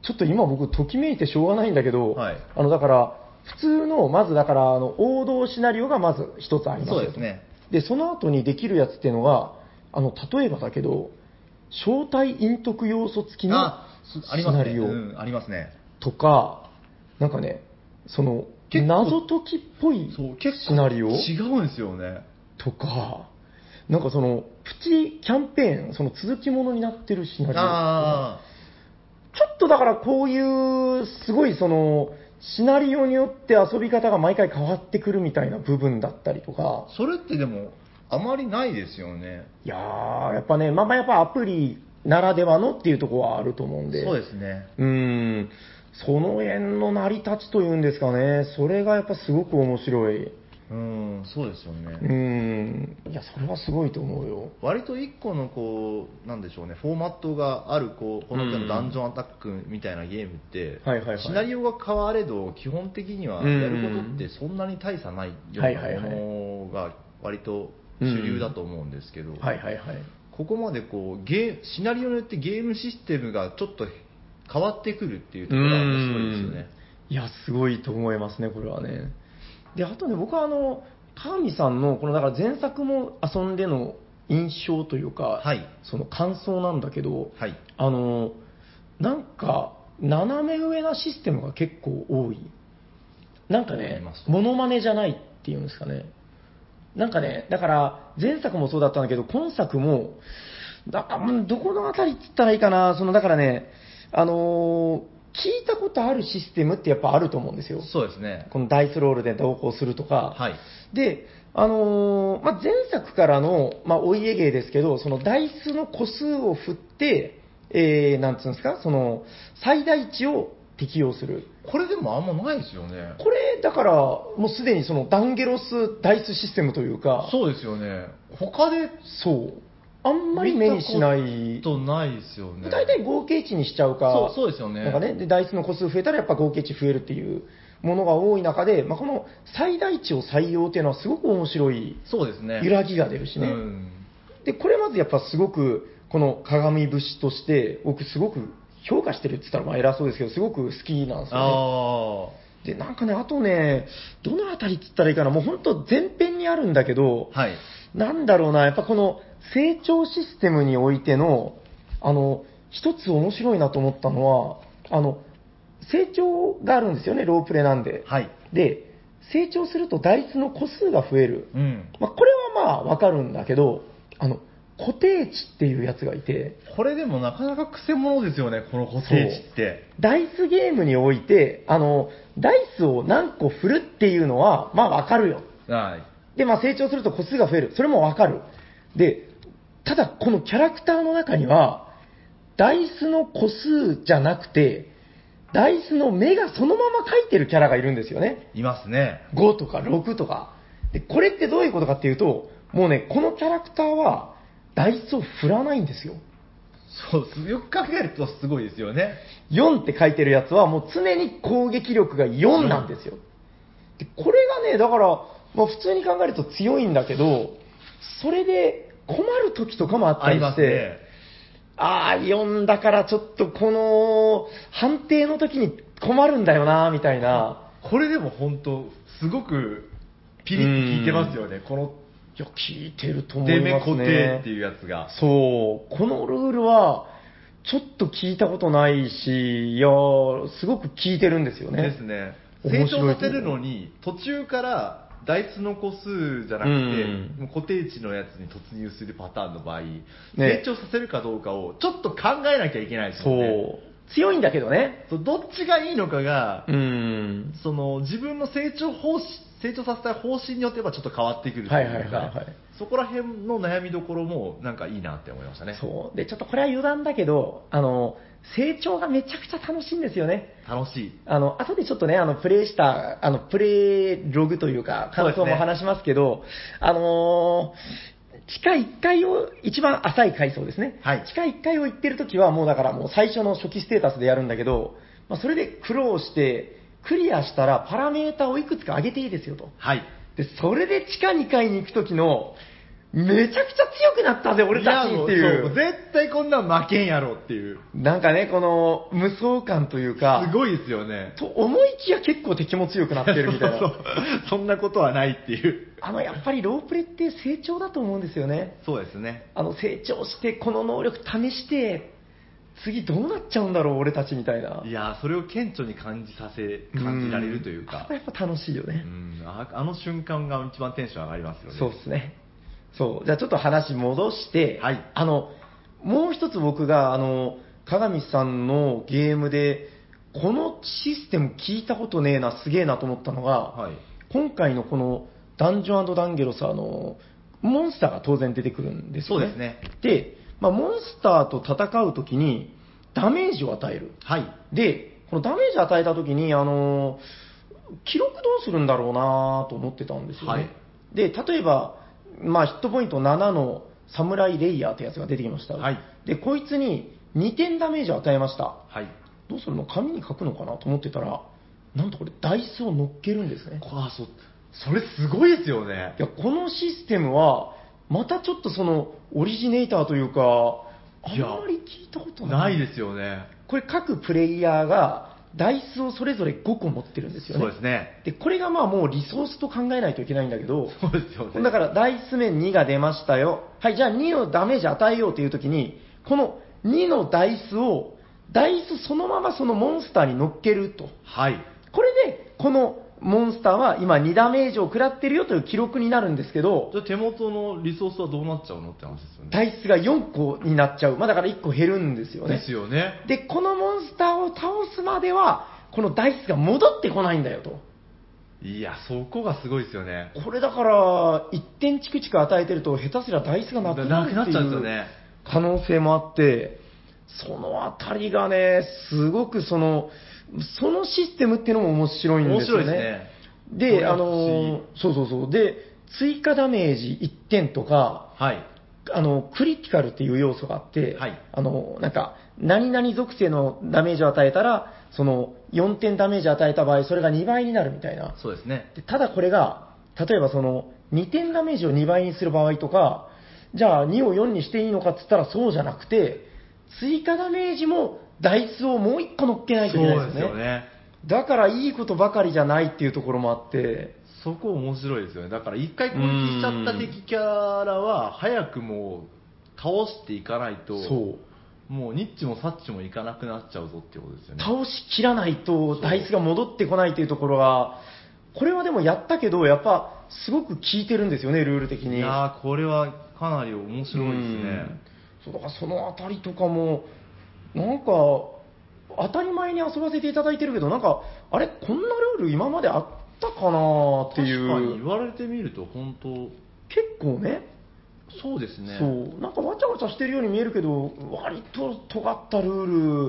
A: ちょっと今僕、ときめいてしょうがないんだけど、
B: はい
A: あの、だから、普通の、まずだから、あの、王道シナリオがまず一つありますよ
B: そうですね。
A: で、その後にできるやつっていうのが、あの、例えばだけど、招待隠匿要素付きの
B: あそあり
A: シ
B: ます
A: ナ
B: ね、
A: リオ
B: うん、ありますね
A: とか、なんかね、その、
B: 結構
A: 謎解きっぽい
B: そう結構
A: シナリオ
B: 違うんですよね
A: とか、なんかその、プチキャンペーン、その続きものになってるシナリオ。
B: あ
A: ちょっとだからこういう、すごいその、シナリオによって遊び方が毎回変わってくるみたいな部分だったりとか
B: あ、それってでもあまりないですよね。
A: いやー、やっぱね、まあまあやっぱアプリならではのっていうところはあると思うんで、
B: そうですね。
A: うん、その辺の成り立ちというんですかね、それがやっぱすごく面白い。
B: うん、そうですよね。
A: うん、いや、それはすごいと思うよ。
B: 割と1個のこうなんでしょうねフォーマットがあるこうこの手
A: う
B: の
A: ん
B: ダンジョンアタックみたいなゲームって、
A: はいはいはい
B: シナリオが変われど基本的にはやることってそんなに大差ないよう
A: はいはいは
B: なものが割と主流だと思うんですけど、
A: はいはいはい。
B: ここまでこうゲーシナリオによってゲームシステムがちょっと変わってくるっていうところが面白いですよね。
A: うんいや、すごいと思いますね、これはね。で、あとね、僕はあの、川見さんの、このだから前作も遊んでの印象というか、
B: はい
A: その感想なんだけど、
B: はい
A: あの、なんか、斜め上なシステムが結構多い。なんか
B: 多いと
A: ね
B: 思います、
A: モノマネじゃないっていうんですかね。なんかね、だから、前作もそうだったんだけど、今作も、だうんどこのあたりって言ったらいいかな、その、だからね、あのー聞いたことあるシステムってやっぱあると思うんですよ。
B: そうですね。
A: このダイスロールで同行するとか、
B: はい。
A: で、あのーまあ、前作からの、まあ、お家芸ですけど、そのダイスの個数を振って、えー、なんつうんですか、その、最大値を適用する。
B: これでもあんまないですよね。
A: これ、だから、もうすでにそのダンゲロスダイスシステムというか、
B: そうですよね。他で
A: そう。あんまり目にしない
B: 見た。ことないですよね。
A: 大体合計値にしちゃうか、
B: そうそうですよね。
A: なんかね、で、ダイスの個数増えたらやっぱ合計値増えるっていうものが多い中で、まあ、この最大値を採用っていうのはすごく面白い
B: そうですね。
A: 揺らぎが出るしね。
B: うん
A: で、これまずやっぱすごく、この鏡節として、僕すごく評価してるって言ったらまあ偉そうですけど、すごく好きなんですよね。で、
B: あ
A: なんかね、あとね、どのあたりって言ったらいいかな、もう本当前編にあるんだけど、
B: あ。はい。
A: なんだろうな、やっぱこの成長システムにおいての、あの、一つ面白いなと思ったのは、あの、成長があるんですよね、ロープレなんで。
B: はい。
A: で、成長するとダイスの個数が増える。
B: うん。
A: まあ、これはまあわかるんだけど、あの、固定値っていうやつがいて、
B: これでもなかなか癖者ですよね、この固定値って。
A: ダイスゲームにおいて、あの、ダイスを何個振るっていうのは、まあわかるよ。
B: はい。
A: で、まあ成長すると個数が増える。それもわかる。で、ただこのキャラクターの中には、ダイスの個数じゃなくて、ダイスの目がそのまま書いてるキャラがいるんですよね。
B: いますね。
A: 5とか6とか。で、これってどういうことかっていうと、もうね、このキャラクターは、ダイスを振らないんですよ。
B: そう、すよく考えるとすごいですよね。
A: 4って書いてるやつは、もう常に攻撃力が4なんですよ。で、これがね、だから、まあ普通に考えると強いんだけど、それで困る時とかもあった
B: あ
A: り
B: り
A: し
B: ます
A: て、
B: ね。
A: ああ、4だからちょっとこの、判定の時に困るんだよな、みたいな。
B: これでも本当、すごくピリッと効いてますよね。この、
A: いや、聞いてると思
B: 出
A: い
B: 目
A: ますね。
B: 固定っていうやつが。
A: そう、このルールは、ちょっと聞いたことないし、いやーすごく聞いてるんですよね。
B: ですね。
A: 面
B: 成
A: 白
B: 長
A: い
B: させるのに、途中から、ダイスの個数じゃなくて、
A: うん
B: もう固定値のやつに突入するパターンの場合、
A: ね
B: 成長させるかどうかをちょっと考えなきゃいけないですよね。
A: そう。強いんだけどね。
B: そうどっちがいいのかが、
A: うん。
B: その自分の成長方針、成長させたい方針によってはちょっと変わってくると
A: はいいはいうはい
B: か
A: はい。
B: そこら辺の悩みどころもなんかいいなって思いましたね。
A: そう。で、ちょっとこれは余談だけど、あの、成長がめちゃくちゃ楽しいんですよね。
B: 楽しい。
A: あの、後でちょっとね、あの、プレイした、あの、プレイログというか、感想
B: そうです
A: も
B: ね
A: 話しますけど、あのー地下1階を、一番浅い階層ですね。
B: はい
A: 地下1階を行ってるときは、もうだからもう最初の初期ステータスでやるんだけど、まあ、それで苦労して、クリアしたらパラメータをいくつか上げていいですよと。
B: はい。
A: で、それで地下2階に行くときの、めちゃくちゃ強くなったぜ、俺たちってい
B: やも
A: う。
B: うそう絶対こんなん負けんやろっていう。
A: なんかね、この無双感というか、
B: すごいですよね。
A: と思いきや結構敵も強くなってるみたい
B: そう
A: な
B: そう。そんなことはないっていう。
A: あの、やっぱりロープレって成長だと思うんですよね。
B: そうですね。
A: あの、成長して、この能力試して、次どうなっちゃうんだろう、俺たちみたいな。
B: いやーそれを顕著に感じさせ、感じられるというか
A: うん。やっぱ楽しいよ
B: う
A: ね。
B: ん、ああの瞬間が一番テンション上がりますよね。
A: そうですね。そう。じゃあちょっと話戻して、
B: はい
A: あの、もう一つ僕が、あの、鏡さんのゲームで、このシステム聞いたことねえな、すげえなと思ったのが、
B: はい。
A: 今回のこのダンジョンダンゲロスあのモンスターが当然出てくるんですよね。
B: そうですね。
A: で、まあ、モンスターと戦うときに、ダメージを与える。
B: はい。
A: で、このダメージ与えたときに、あのー記録どうするんだろうなと思ってたんですよね。
B: はい
A: で、例えば、まあ、ヒットポイント7のサムライレイヤーってやつが出てきました。
B: はい
A: で、こいつに2点ダメージを与えました。
B: はい。
A: どうするの紙に書くのかなと思ってたら、なんとこれ、ダイスを乗っけるんですね。
B: あ、そう。それすごいですよね
A: い。や、このシステムは、またちょっとその、オリジネーターというか、あん
B: いや
A: まり聞いたことな。
B: ないいですよね。
A: これ各プレイヤーが、ダイスをそれぞれ5個持ってるんですよね。
B: そうですね。
A: でこれがまあもうリソースと考えないといけないんだけど、
B: そうですよね。
A: だからダイス面2が出ましたよ。はい、じゃあ2のダメージ与えようというときに、この2のダイスを、ダイスそのままそのモンスターに乗っけると。
B: はい。
A: これで、このモンスターは今2ダメージを食らってるよという記録になるんですけど、
B: じゃあ手元のリソースはどうなっちゃうのって話ですよね。
A: ダイスが4個になっちゃう。まあだから1個減るんですよね。
B: ですよね。
A: で、このモンスターを倒すまでは、このダイスが戻ってこないんだよと。
B: いや、そこがすごいですよね。
A: これだから、1点チクチク与えてると、下手すりゃダイスがなくなる
B: なくな
A: って
B: っちゃうんですよ
A: いう
B: ね。
A: 可能性もあって、そのあたりがね、すごくその、そのシステムっていうのも面白いん
B: 面
A: ですよ
B: 白
A: ね。
B: いですね。
A: で、あ
B: そう
A: の
B: ですし、
A: そうそうそう。で、追加ダメージ1点とか、
B: はい。
A: あの、クリティカルっていう要素があって、
B: はい
A: あの、なんか、何々属性のダメージを与えたら、その、4点ダメージ与えた場合、それが2倍になるみたいな。
B: そうですね。
A: でただこれが、例えばその、2点ダメージを2倍にする場合とか、じゃあ2を4にしていいのかっつったらそうじゃなくて、追加ダメージも、ダイスをもう1個乗っけないといけない
B: そ
A: で
B: うですす
A: よね。
B: よね。
A: だからいいことばかりじゃないっていうところもあって、
B: そこ面白いですよね。だから一回攻撃しちゃった敵キャラは、早くもう倒していかないと、
A: そう。
B: もうニッチもサッチもいかなくなっちゃうぞっていうことですよね。
A: 倒しきらないと
B: そう
A: ダイスが戻ってこないというところが、これはでもやったけど、やっぱすごく効いてるんですよね、ルール的に。
B: いやー、これはかなり面白いですね。
A: うんそうだからそのあたりとかも、なんか、当たり前に遊ばせていただいてるけど、なんか、あれ、こんなルール今まであったかなってい
B: 確かに言
A: う、
B: われてみると、本当、
A: 結構ね
B: そうですね。
A: そう、なんかわちゃわちゃしてるように見えるけど、割と尖ったル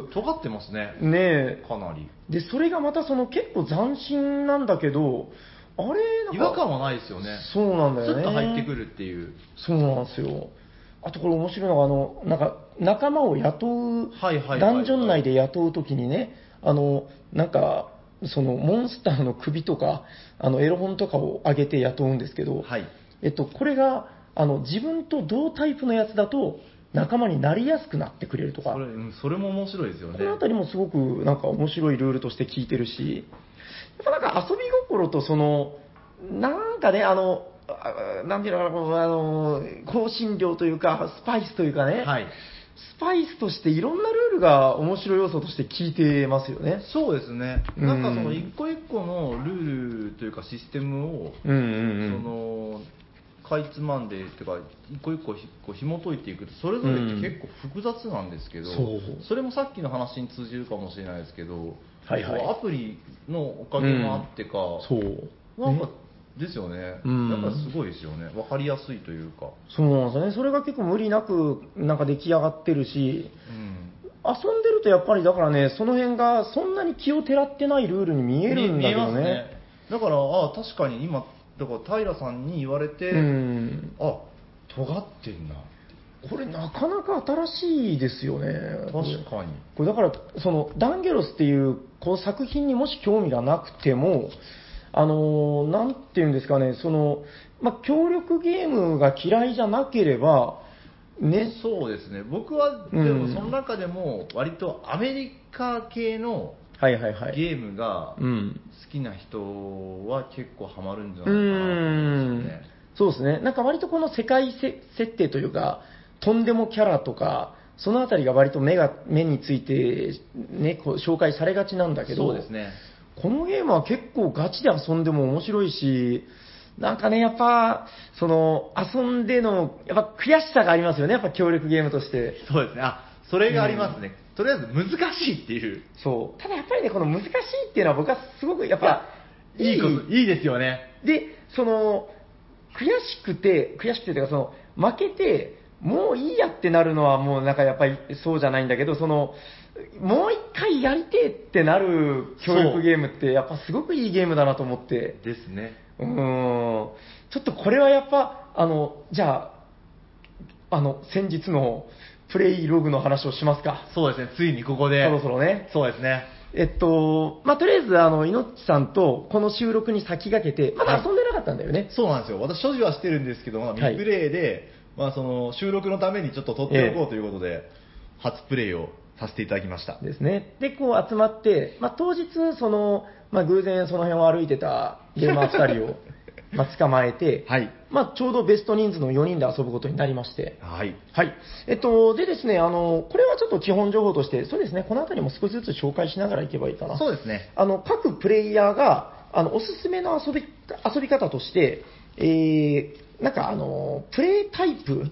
A: ー
B: 尖ってますね。
A: ル、ねえ
B: かなり。
A: で、それがまたその結構斬新なんだけど、あれ、なんか
B: 違和感はないですよね。
A: そうなんだよ
B: ス
A: ね。
B: ッと入ってくるっていう。
A: そうなんですよ。あとこれ面白いのが、あの、なんか、仲間を雇う、
B: はいはいはいはい
A: ダンジョン内で雇うときにね、あの、なんか、そのモンスターの首とか、あの、エロ本とかを上げて雇うんですけど、
B: はい。
A: えっと、これが、あの、自分と同タイプのやつだと、仲間になりやすくなってくれるとか
B: それ、、うん、それも面白いですよね
A: こ。のあたりもすごくなんか面白いルールとして聞いてるし、やっぱなんか遊び心とその、なんかね、あの、あなんていうのかなこう、あの、香辛料というか、スパイスというかね、
B: はい。
A: スパイスとしていろんなルールが面白い要素として聞いてますよね。
B: そうですね。
A: うん
B: なんかその一個一個のルールというかシステムを、
A: うんう
B: そ
A: んうん。
B: の、かいつまんで、っていうか、一個一個ひこう紐解いていくと、それぞれって結構複雑なんですけど、
A: そう
B: それもさっきの話に通じるかもしれないですけど、
A: はいはい
B: こうアプリのおかげもあってか、
A: そう。
B: なんか、ですよね。
A: うん
B: なんかすごいですよね。わかりやすいというか。
A: そうなんですよね。それが結構無理なく、なんか出来上がってるし、
B: うん。
A: 遊んでるとやっぱりだからね、その辺がそんなに気をてらってないルールに見えるんだけど
B: 見えますねだからあ確かに今だから平さんに言われて、
A: うん。
B: あ尖ってんな
A: これなかなか新しいですよね。
B: 確
A: これ
B: かに
A: これだから、その、ダンゲロスっていう、この作品にもし興味がなくても、あのー、なんていうんですかね、その、まあ、協力ゲームが嫌いじゃなければ、ね、
B: そうですね僕はで
A: う
B: も
A: ん
B: その中でも割とアメリカ系の
A: はいはいはい。
B: ゲームが好
A: うん。
B: きな人は結構ハマるんじ
A: う
B: ゃないかなと思います
A: ん
B: ね。
A: そうですね。なんか割とこの世界せ設定というか、とんでもキャラとか、そのあたりが割と目が、目について、ね、こう紹介されがちなんだけど、
B: そうですね
A: このゲームは結構ガチで遊んでも面白いし、なんかね、やっぱ、その、遊んでの、やっぱ悔しさがありますよね、やっぱ協力ゲームとして。
B: そうですねあそれがありますね、とりあえず難しいっていう
A: そう。ただやっぱりね、この難しいっていうのは僕はすごく、やっぱ、
B: いいこといいですよね
A: で、その、悔しくて、悔しくてというか、その、負けて、もういいやってなるのはもうなんかやっぱりそうじゃないんだけど、その、もう一回やりてえってなる教
B: そう
A: 育ゲームって、やっぱすごくいいゲームだなと思って。
B: ですね。
A: うーんちょっとこれはやっぱ、あの、じゃあ、あの、先日のプレイログの話をしますか。
B: そうですね、ついにここ
A: そ
B: で。
A: ろそろね。
B: そうですね。
A: えっと、まあ、とりあえず、あの、いのっちさんとこの収録に先駆けて、ま
B: は
A: だ
B: い
A: 遊んでなかったんだよね。
B: そうなんですよ。私、所持はしてるんですけど、まあ、
A: はい
B: 未プレイで、まあ、その、収録のためにちょっと撮っておこうということで、初プレイをさせていただきました。
A: ですね。で、こう集まって、まあ、当日、その、まあ、偶然その辺を歩いてたゲーマー2人を、まあ、捕まえて、
B: はい。
A: まあ、ちょうどベスト人数の4人で遊ぶことになりまして、
B: はい。
A: はい。えっと、でですね、あの、これはちょっと基本情報として、そうですね、この辺りも少しずつ紹介しながらいけばいいかな。
B: そうですね。
A: あの、各プレイヤーが、あの、おすすめの遊び、遊び方として、えー、なんかあの、プレイタイプ、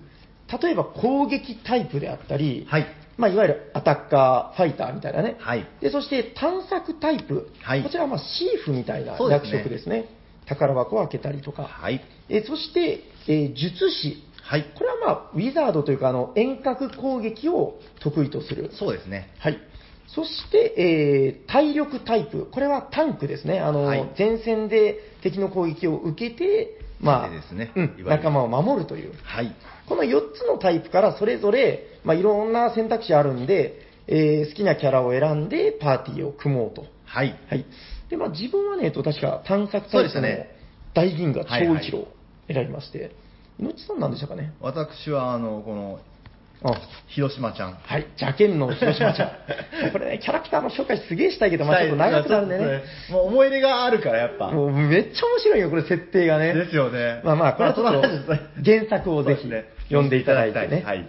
A: 例えば攻撃タイプであったり、
B: はい。
A: まあ、いわゆるアタッカー、ファイターみたいなね。
B: はい。
A: で、そして探索タイプ。
B: はい
A: こちらはまあシーフみたいな
B: そうです
A: 役
B: ね
A: 職ですね。宝箱を開けたりとか。
B: はい。
A: えそして、えー術師。
B: はい。
A: これはまあ、ウィザードというか、あの、遠隔攻撃を得意とする。
B: そうですね。
A: はい。そして、えー体力タイプ。これはタンクですね。あの、
B: はい
A: 前線で敵の攻撃を受けて、まあ、
B: 盾ですね
A: うん
B: いわゆる
A: 仲間を守るという。
B: はい。
A: この4つのタイプからそれぞれ、まあ、いろんな選択肢あるんで、えー好きなキャラを選んでパーティーを組もうと。
B: はい。
A: はい。で、まあ自分はね、えっと、確か探索
B: そ
A: タ
B: う
A: イ
B: で
A: プ
B: した
A: の
B: ね
A: 大銀河
B: はい
A: 超
B: はい
A: 一郎を選びまして、いのちさんなんでしたかね。
B: 私は、あの、この、
A: あ
B: 広島ちゃん。
A: はい、邪剣の広島ちゃ ん。これね、キャラクターの紹介すげえしたいけど、まあちょっと長くなるんでね。
B: もう思い入れがあるから、やっぱ。
A: もうめっちゃ面白いよ、これ設定がね。
B: ですよね。
A: まあまあ、これはちょっと
B: まあその話ですね
A: 原作をぜ
B: そう
A: ひ
B: ですね
A: 読んでいただいてね。
B: はい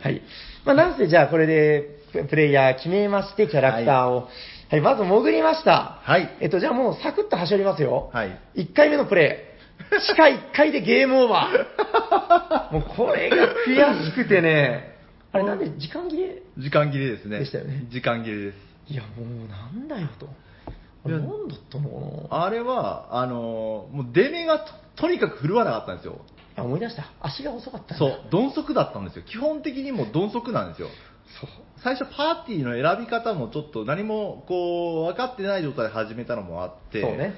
A: まあ、なんせじゃあこれでププレイヤー決めまして、キャラクターを。はい、まず潜りました。
B: はい。
A: えっと、じゃあもうサクッと走りますよ。
B: はい。
A: 1回目のプレイ。地下1回でゲームオーバ ー。もうこれが悔しくてね。あれなんで時間切れ
B: 時間切れですね。
A: でしたよね
B: 時間切れです。
A: いや、もうなんだよと。
B: いや
A: なんだったのかな
B: あれは、あのーもう出目がととにかく振るわなかったんですよ。
A: あ、思い出した。足が遅かったんだ
B: そう、鈍足だったんですよ。基本的にもう鈍足なんですよ。
A: そう。
B: 最初パーティーの選び方もちょっと何もこう分かってない状態で始めたのもあって、
A: そうね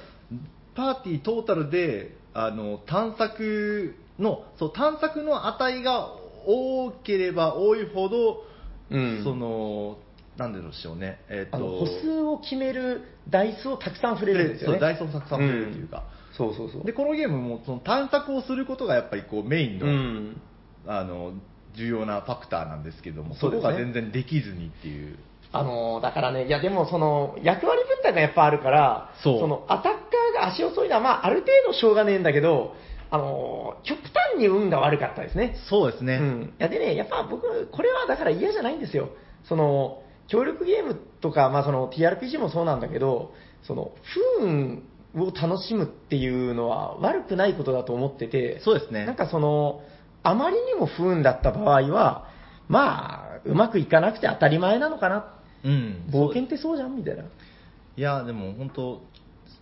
B: パーティートータルであの探索のそう探索の値が多ければ多いほど、
A: うん
B: そのなんでしょうね、えっ
A: あ
B: と
A: の歩数を決めるダイスをたくさん振れるんですよ
B: そう
A: ね。
B: ダイソーたくさん増えるというか、
A: そうそうそう。
B: でこのゲームもその探索をすることがやっぱりこうメインの,、
A: うん。
B: あの重要なファクターなんですけども
A: そう
B: そ
A: で
B: こ
A: すね
B: が全然できずにっていう。
A: あのーだからね、いやでもその役割分担がやっぱあるから、
B: そう
A: のアタッカーが足遅いのは、まあ、ある程度しょうがねえんだけど、あのー極端に運が悪かったですね。
B: そうですね、
A: うん、いやでね、やっぱ僕、これはだから嫌じゃないんですよ、その協力ゲームとか、まあ、その TRPG もそうなんだけど、その不運を楽しむっていうのは悪くないことだと思ってて、
B: そうですね
A: なんかその、あまりにも不運だった場合は、まあ、うまくいかなくて当たり前なのかな、
B: うん
A: 冒険ってそうじゃんみたいな。
B: いやでも本当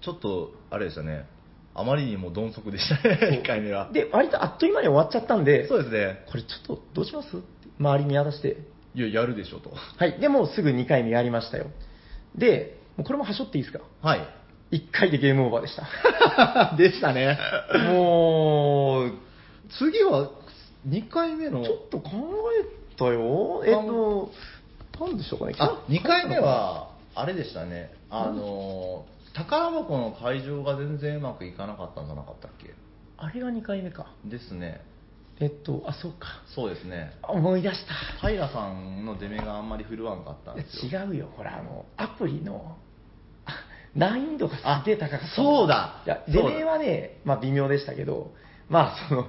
B: ちょっとあれでしたねあまりにも鈍足でしたね1回目は
A: で、割とあっという間に終わっちゃったんで、
B: そうですね
A: これちょっとどうしますって周り見渡して。
B: いややるでしょと
A: はい、でもうすぐ2回目やりましたよ。で、もうこれもはしょっていいですか
B: はい
A: 1回でゲームオーバーでした。
B: でしたね
A: もう、
B: 次は2回目の
A: ちょっと考えたよ。えっと、なんでしょうかね。
B: あ2回目はあれでしたねあの宝箱の会場が全然うまくいかなかったんじゃなかったっけ
A: あれが2回目か。
B: ですね
A: えっと、あ、そうか。
B: そうですね
A: あ思い出し
B: 平さんの出目があんまり振るわんかったんですよ
A: た。違うよ、ほら、あの、アプリの、 あ難易度がすげえ高かったんよ。
B: そうだ
A: いや、
B: そう
A: デ
B: だ
A: レはね、まあ微妙でしたけど、まあそ の、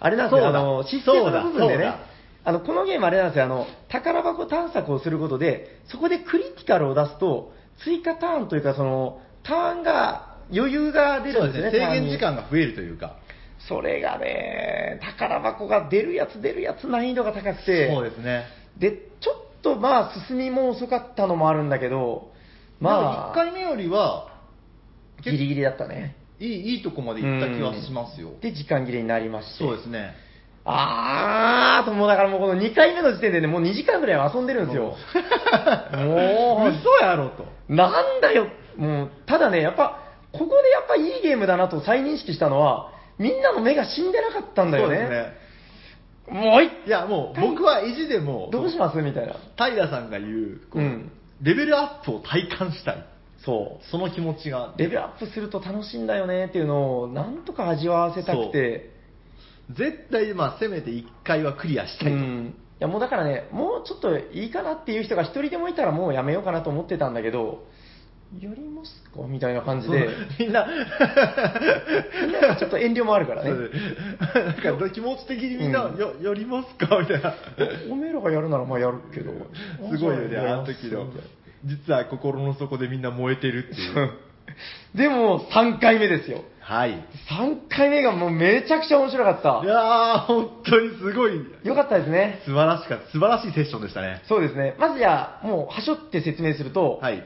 A: あれなんですよ、
B: そ
A: あ
B: うだ
A: の、システムの部分で
B: そうだそう
A: ね
B: だ、
A: あの、このゲームあれなんですよ、あの、宝箱探索をすることで、そこでクリティカルを出すと、追加ターンというか、その、ターンが、余裕が出
B: そ
A: る
B: うんで
A: ですすね、
B: ね制
A: ターン
B: 限
A: に
B: 時間が増えるというか
A: それがね、宝箱が出るやつ出るやつ難易度が高く
B: そう
A: て、
B: ですね
A: で、ちょっとまあ進みも遅かったのもあるんだけど、
B: まあ、1
A: まあ、
B: 回目よりは、
A: ギリギリだったね。
B: いい、いいとこまで行った気はしますよ。
A: で、時間切れになりまして。
B: そうですね。
A: あーと、もうだからもうこの2回目の時点でね、もう2時間ぐらいは遊んでるんですよ。もう、
B: 嘘やろと。
A: なんだよ、もう、ただね、やっぱ、ここでやっぱいいゲームだなと再認識したのは、みんなの目が死んでなかったんだよ
B: そう
A: ね。
B: で
A: もうい
B: すね。いや、もう僕は意地でも、
A: どうしますみたいな。
B: 平さんが言う、こう
A: うん
B: レベルアップを体感したい。
A: そ
B: その気持ちが
A: う。、レベルアップすると楽しいんだよねっていうのを、なんとか味わわせたくて。
B: 絶対、まあ、せめて1回はクリアしたいと。
A: うん、いやもうだからね、もうちょっといいかなっていう人が一人でもいたらもうやめようかなと思ってたんだけど、やりますかみたいな感じで、
B: みんな、
A: みんなちょっと遠慮もあるからね
B: そ、うですなんか気持ち的にみんな、
A: うん
B: よやりますかみたいな。
A: おめえらがやるならまあやるけど、
B: すごいよね、
A: やり
B: あ
A: ま
B: の
A: す
B: 時の。実は心の底でみんな燃えてるっていう。
A: でも3回目ですよ。
B: はい。い
A: 3回目がもうめちゃくちゃ面白かっ
B: やー、本当にすごい、
A: た。よかったですね。
B: 素晴らしかった、素晴らしいセッションでしたね。
A: そうですね。まずじゃあ、もう、はしょって説明すると、
B: はい。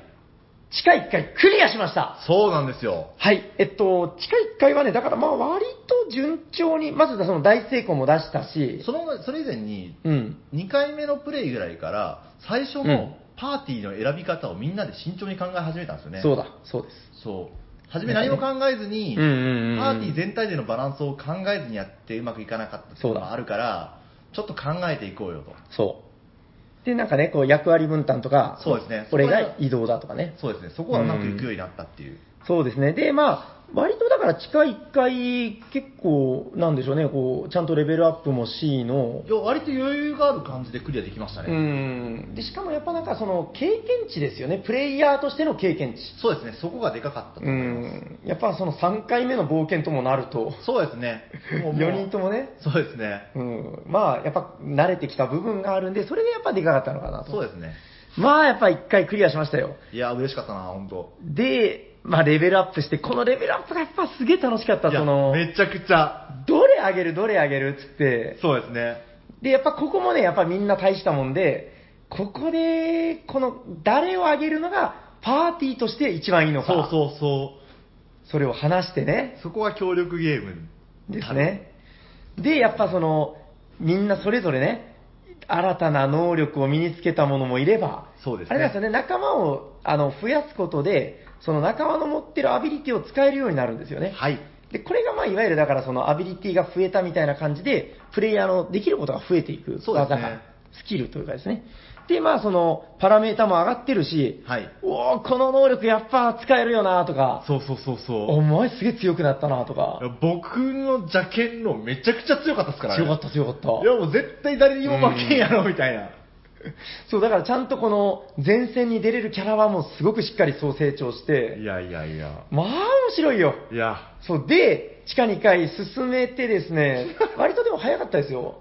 A: 地下1回クリアしました。
B: そうなんですよ。
A: はい、えっと、地下1階はね、だからまあ割と順調に、まずその大成功も出したし、
B: その、それ以前に、
A: うん、
B: 2回目のプレイぐらいから、最初
A: うん
B: のパーティーの選び方をみんなで慎重に考え始めたんですよね。
A: そうだ、そうです。
B: そう。初め何も考えずに、
A: うんうんうん
B: パーティー全体でのバランスを考えずにやってうまくいかなかったっていうのもあるから、ちょっと考えていこうよと。
A: そう。で、なんかね、こう役割分担とか、
B: そうですね
A: これ
B: そこ
A: が
B: は
A: 移動だとかね。
B: そうですね、そこはうまくいくようになったっていう。
A: そうですね。で、まあ、割とだから地下1階、結構、なんでしょうね、こう、ちゃんとレベルアップも C の
B: い、や、割と余裕がある感じでクリアできましたね。
A: うん、で、しかもやっぱなんかその経験値ですよね、プレイヤーとしての経験値。
B: そうですね、そこがでかかったと
A: う
B: 思います。
A: ん、やっぱその3回目の冒険ともなると、
B: そうですね。もうもう
A: 4人ともね、
B: そうですね。
A: うん、まあ、やっぱ慣れてきた部分があるんで、それがやっぱでかかったのかなと。
B: そうですね。
A: まあ、やっぱ一回クリアしましたよ。
B: いや、嬉しかったな、本当。
A: で、まあ、レベルアップして、このレベルアップがやっぱすげえ楽しかった、
B: いや
A: その、
B: めちゃくちゃ、
A: どれ上げる、どれ上げるっつって、
B: そうですね。
A: で、やっぱここもね、やっぱみんな大したもんで、ここで、この、誰を上げるのが、パーティーとして一番いいのか。
B: そうそうそ
A: それを話してね
B: う。。そこは協力ゲーム。
A: ですね。で、やっぱその、みんなそれぞれね、新たな能力を身につけたものもいれば、
B: そうです
A: あ
B: ね
A: れなんですよね、仲間をあの増やすことで、その仲間の持ってるアビリティを使えるようになるんですよね。
B: はい。
A: で、これがまあ、いわゆるだからそのアビリティが増えたみたいな感じで、プレイヤーのできることが増えていく
B: そうです
A: 技
B: ね
A: が、スキルというかですね。で、まあ、その、パラメータも上がってるし、
B: はい。
A: おおこの能力やっぱ使えるよなとか、
B: そうそうそうそう。
A: お前すげえ強くなったなとか。
B: 僕の邪剣のめちゃくちゃ強かったですからね。
A: 強かった強かった
B: いやもう絶対誰にも負けんやろみたいな。
A: そうだからちゃんとこの前線に出れるキャラはもうすごくしっかりそう成長して
B: いやいやいや。
A: まあ面白いよ
B: いや、
A: そうで地下2階進めてです ね割とでも早かったですよ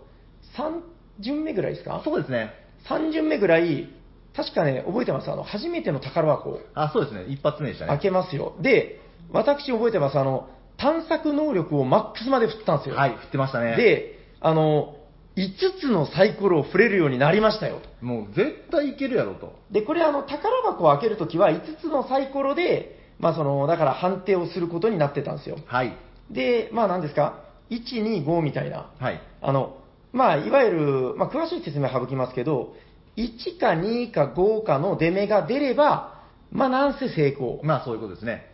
A: 3巡目ぐらいですか
B: そうですね。
A: 3巡目ぐらい確かね覚えてますあの初めての宝箱
B: あ、そうですね。一発目でした
A: 開
B: ね。
A: けますよで私覚えてますあの探索能力をマックスまで振ったんですよ、
B: はい、振ってましたね。、
A: であの5つのサイコロを振れるようになりましたよ
B: もう絶対いけるやろと。
A: で、これあの、宝箱を開けるときは5つのサイコロで、まあその、だから判定をすることになってたんですよ。
B: はい。
A: で、まあ何ですか、1、2、5みたいな、
B: はい。
A: あの、まあいわゆる、まあ詳しい説明は省きますけど、1か2か5かの出目が出れば、まあなんせ成功。
B: まあそういうことですね。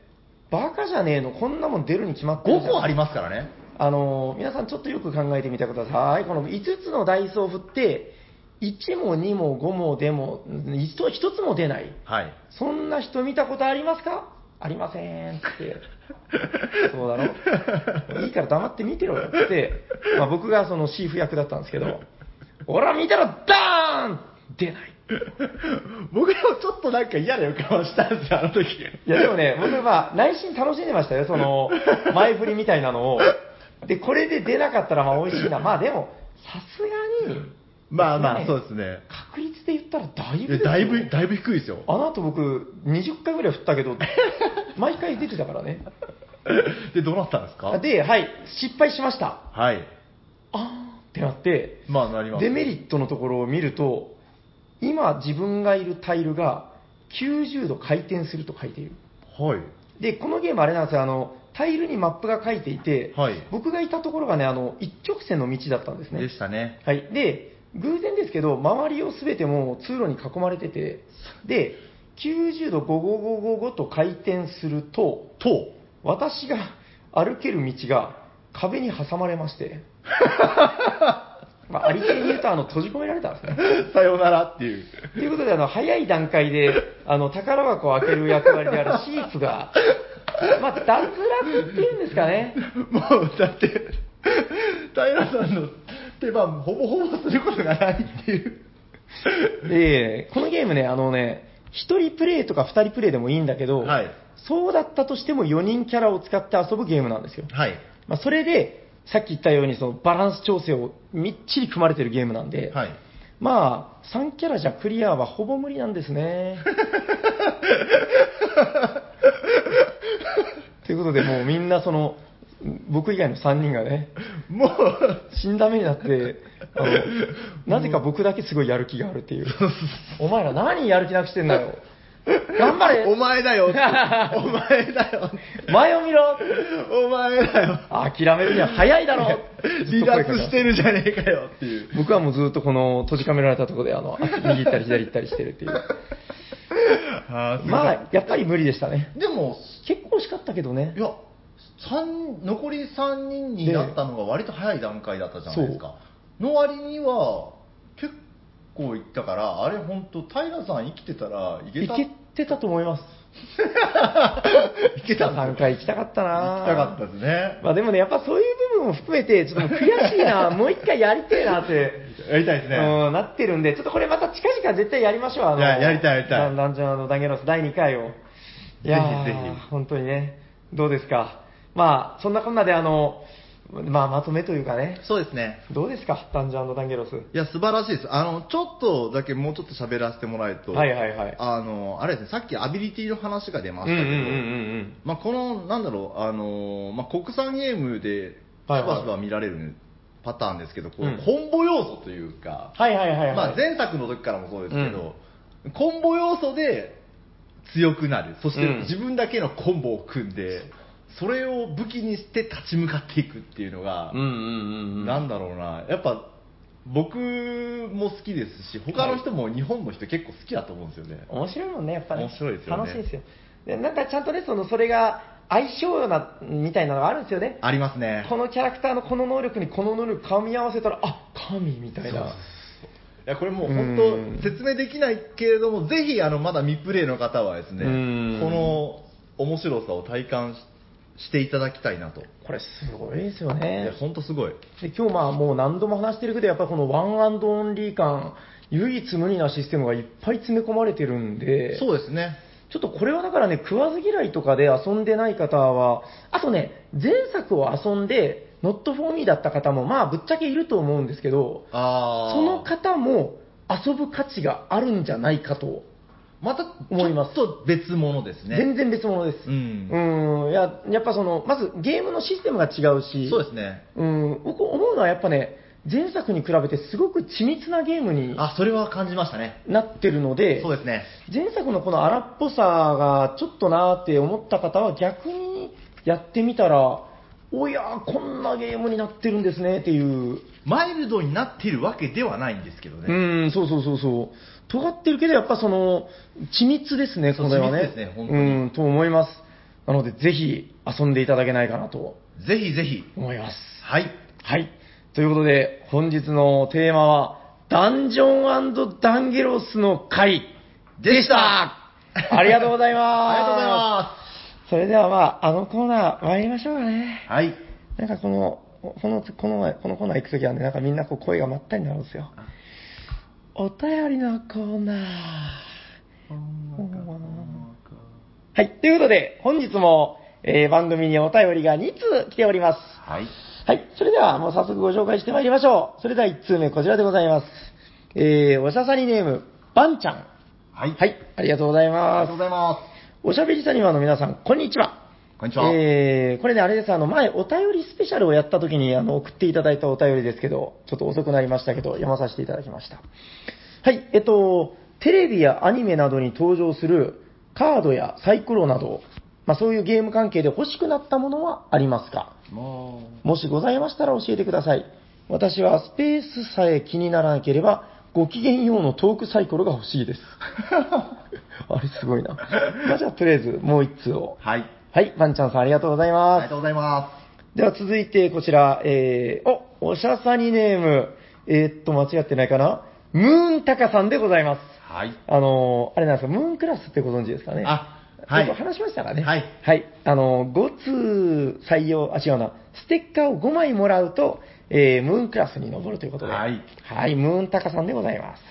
A: バカじゃねえの、こんなもん出るに決まってる
B: 5
A: じゃん
B: 個ありますからね。
A: あのー皆さんちょっとよく考えてみてください。この5つのダイスを振って、1も2も5もでも、1と1つも出ない。
B: はい。
A: そんな人見たことありますかありませんって。そうだろいいから黙って見てろよって、まあ、僕がそのシーフ役だったんですけど、俺は見たらダーン出ない。
B: 僕らもちょっとなんか嫌な予感はしたんですよ、あの時。
A: いやでもね、僕はまあ内心楽しんでましたよ、その前振りみたいなのを。で、これで出なかったらまあ美味しいな。まあでも、さすがに、
B: まあまあ、そうですね。
A: 確率で言ったらだいぶ
B: いや
A: ですよ
B: だいぶ、だいぶ低いですよ。
A: あの後僕、20回ぐらい振ったけど、毎回出てたからね。
B: で、どうなったんですか
A: で、はい、失敗しました。
B: はい。
A: あーってなって、
B: まあなります。
A: デメリットのところを見ると、今自分がいるタイルが90度回転すると書いている。
B: はい。
A: で、このゲームあれなんですよ、あの、タイルにマップが書いていて、
B: はい
A: 僕がいたところがね、あの、一直線の道だったんですね。
B: でしたね。
A: はい。で、偶然ですけど、周りをすべてもう通路に囲まれてて、で、90度5555と回転すると、
B: と、
A: 私が歩ける道が壁に挟まれまして、まあ、ありていに言うとあの閉じ込められたんですね。
B: さよならっていう。
A: ということで、あの、早い段階で、あの、宝箱を開ける役割であるシープが、まあ、脱落っていうんですかね。
B: もう、だって、 平さんの手番、ほぼほぼすることがないっていう。
A: で、このゲームね、あのね、1人プレイとか2人プレイでもいいんだけど、
B: はい
A: そうだったとしても4人キャラを使って遊ぶゲームなんですよ。
B: はい。
A: まあ、それで、さっき言ったようにそのバランス調整をみっちり組まれてるゲームなんで、
B: はい。
A: まあ、3キャラじゃクリアはほぼ無理なんですね。ということで、もうみんなその、僕以外の3人がね、
B: もう、
A: 死んだ目になって、あのなぜか僕だけすごいやる気があるっていう。お前ら何やる気なくしてんだよ。頑張れ
B: お前だよって お前だよ
A: 前を見ろ
B: お前だよ
A: 諦めるには早いだろ
B: 離脱して
A: る。
B: るじゃねえかよっていう。
A: 僕はもうずっとこの閉じ込められたところで、あの、右行ったり左行ったりしてるっていう。
B: あーすごい
A: まあ、やっぱり無理でしたね。
B: でも、
A: 結構惜しかったけどね
B: い。や、三残り3人になったのが割と早い段階だったじゃないですか。の割には、結構いったから、あれ本当、平さん生きてたらいけ
A: い
B: た。
A: けてたと思い ます。
B: いけたんですよ
A: 3回行きたかったな
B: 行きたかったですね。
A: まあでもね、やっぱそういう部分も含めて、ちょっともう悔しい な、もう一回やりてえなって。
B: やりたいですね。
A: うん、なってるんで、ちょっとこれまた近々絶対やりましょう。あの、
B: いややりたいやりたい
A: ダンダンジョンのダンゲロス第2回を。いやー
B: ぜひぜひ
A: 本当にね、どうですか。まあ、そんなこんなで、あの、まあ、まとめというかね、
B: そうですね。
A: どうですか、ダンジョンダンゲロス。
B: いや、素晴らしいです。あの、ちょっとだけもうちょっと喋らせてもらえると、
A: はいはいはい。
B: あの、あれですね、さっきアビリティの話が出ま
A: うん
B: し
A: う
B: た
A: ん
B: け
A: う
B: ど、
A: んうん
B: まあ、この、なんだろう、あの、まあ、国産ゲームで、し
A: はいはい
B: ばしば見られるパターンですけど、こう
A: うん
B: コンボ要素というか、
A: はいはいはいはい。
B: まあ、前作の時からもそうですけど、コンボ要素で強くなる、そして
A: うん
B: 自分だけのコンボを組んで、それを武器にして立ち向かっていくっていうのが、
A: うんうんうんうん。
B: なんだろうな、やっぱ僕も好きですし、他の人も日本の人結構好きだと思うんですよね。
A: 面白いもんね、やっぱね。
B: 面白いですよね
A: 楽しいですよ。で、なんかちゃんとね、その、それが相性な、みたいなのがあるんですよね。
B: ありますね。
A: このキャラクターのこの能力にこの能力噛み合わせたら、あ、神みたいな。
B: いやこれもう
A: うん
B: 本当説明できないけれども、ぜひあのまだ未プレイの方はですね、こ
A: うん
B: の面白さを体感ししていただきたいなと。
A: これすごいですよ
B: いや
A: ね。
B: 本当すごい。
A: で今日まあもう何度も話してるけど、やっぱりこのワンアンドオンリー感、唯一無二なシステムがいっぱい詰め込まれてるんで、
B: そうですね。
A: ちょっとこれはだからね、食わず嫌いとかで遊んでない方は、あとね、前作を遊んで、ノットフォーミーだった方も、まあぶっちゃけいると思うんですけど、
B: ああ。
A: その方も遊ぶ価値があるんじゃないかと、
B: また
A: 思います
B: ちょっと別物ですね。
A: 全然別物です。
B: うん
A: うんややっぱその、まずゲームのシステムが違うし、
B: そうですね。
A: うん僕思うのはやっぱね、前作に比べてすごく緻密なゲームに
B: あ、それは感じましたね。
A: なってるので、
B: そうですね。
A: 前作のこの荒っぽさがちょっとなーって思った方は逆にやってみたら、おやー、こんなゲームになってるんですねっていう、
B: マイルドになっているわけではないんですけどね。
A: うん、そうそうそうそう。尖ってるけど、やっぱその、緻密ですね、
B: そ
A: こ
B: う
A: れは
B: 緻
A: ね。
B: 密ですね本当に
A: うん、と思います。なので、ぜひ遊んでいただけないかなと
B: ぜひぜひ。
A: 思います。
B: はい。
A: はい。ということで、本日のテーマは、ダンジョンダンゲロスの会でしたありがとうございます
B: ありがとうございます
A: それではまあ、あのコーナー参りましょうかね。
B: す。はい。
A: なんかこの、この、この前、このコーナー行くときはね、なんかみんなこう声がまったりになるんですよ。お便りのコーナー。はい、ということで、本日も、えー番組にお便りが2通来ております。
B: はい。
A: はい、それではもう早速ご紹介してまいりましょう。それでは1通目、こちらでございます。えー、おしゃさにネーム、ばんちゃん。
B: はい。
A: はい、ありがとうござい
B: ありが
A: ま
B: と
A: す
B: うご。ざいま
A: おしゃべりサニバーの皆さん、こんにちは。
B: す。こんにちは。
A: えーこれね、あれです、あの、前、お便りスペシャルをやった時に、あの、送っていただいたお便りですけど、ちょっと遅くなりましたけど、読まさせていただきました。はい、えっと、テレビやアニメなどに登場するカードやサイコロなど、まあ、そういうゲーム関係で欲しくなったものはありますか
B: まあ
A: もしございましたら教えてください。私はスペースさえ気にならなければ、ご機嫌用のトークサイコロが欲しい です。あれすごいな。まあ、じゃあとりあえずもう一通を。
B: はい。
A: はい、バンちゃんさんありがとうござい
B: あり
A: ま
B: が
A: す
B: と。うございま
A: では続いてこちら、えー、お、おしゃさにネーム、えー、っと、間違ってないかなムーンタカさんでございます。
B: す。はい。
A: あのーあれなんですよ、ムーンクラスってご存知ですかね。
B: あはい
A: ちょっと話しましたかね。
B: はい
A: あのー、5通採用、あ、違うな、ステッカーを5枚もらうと、えー、ムーンクラスに登るということで。
B: はい。
A: はい、ムーンタカさんでございます。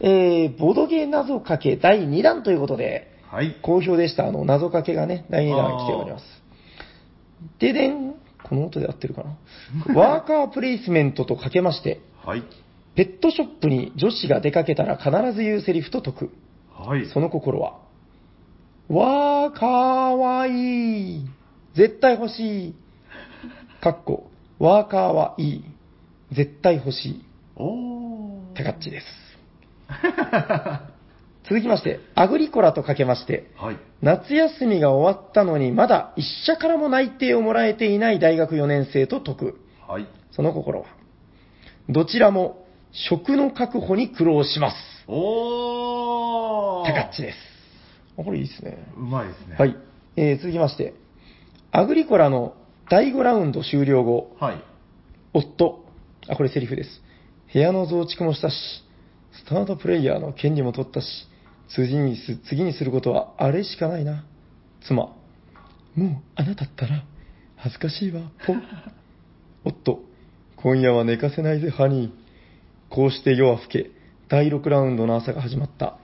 A: えー、ボドゲ謎かけ第2弾ということで、
B: はい。
A: 好評でした。あの、謎かけがね、第2弾来ております。ででん、この音で合ってるかな。 ワーカープレイスメントとかけまして、
B: はい。
A: ペットショップに女子が出かけたら必ず言うセリフと解く。
B: はい。
A: その心は、わー、かわいい。絶対欲しい。かっこ、わーかわいい。絶対欲しい。
B: おー。
A: たかっちです。続きまして、アグリコラとかけまして、
B: はい。
A: 夏休みが終わったのにまだ一社からも内定をもらえていない大学4年生と解く。
B: はい。
A: その心は、どちらも職の確保に苦労します。
B: おー。
A: たかっちです。あこれいいですね。
B: うまいですね。
A: はい。。えー続きまして、アグリコラの第5ラウンド終了後、
B: はい。
A: 夫、あ、これセリフです。部屋の増築もしたし、スタートプレイヤーの権利も取ったし、次にす次にすることはあれしかないな。妻、もうあなたったら恥ずかしいわ、ぽ。 夫、今夜は寝かせないぜ、ハニー。こうして夜は更け、第6ラウンドの朝が始まった。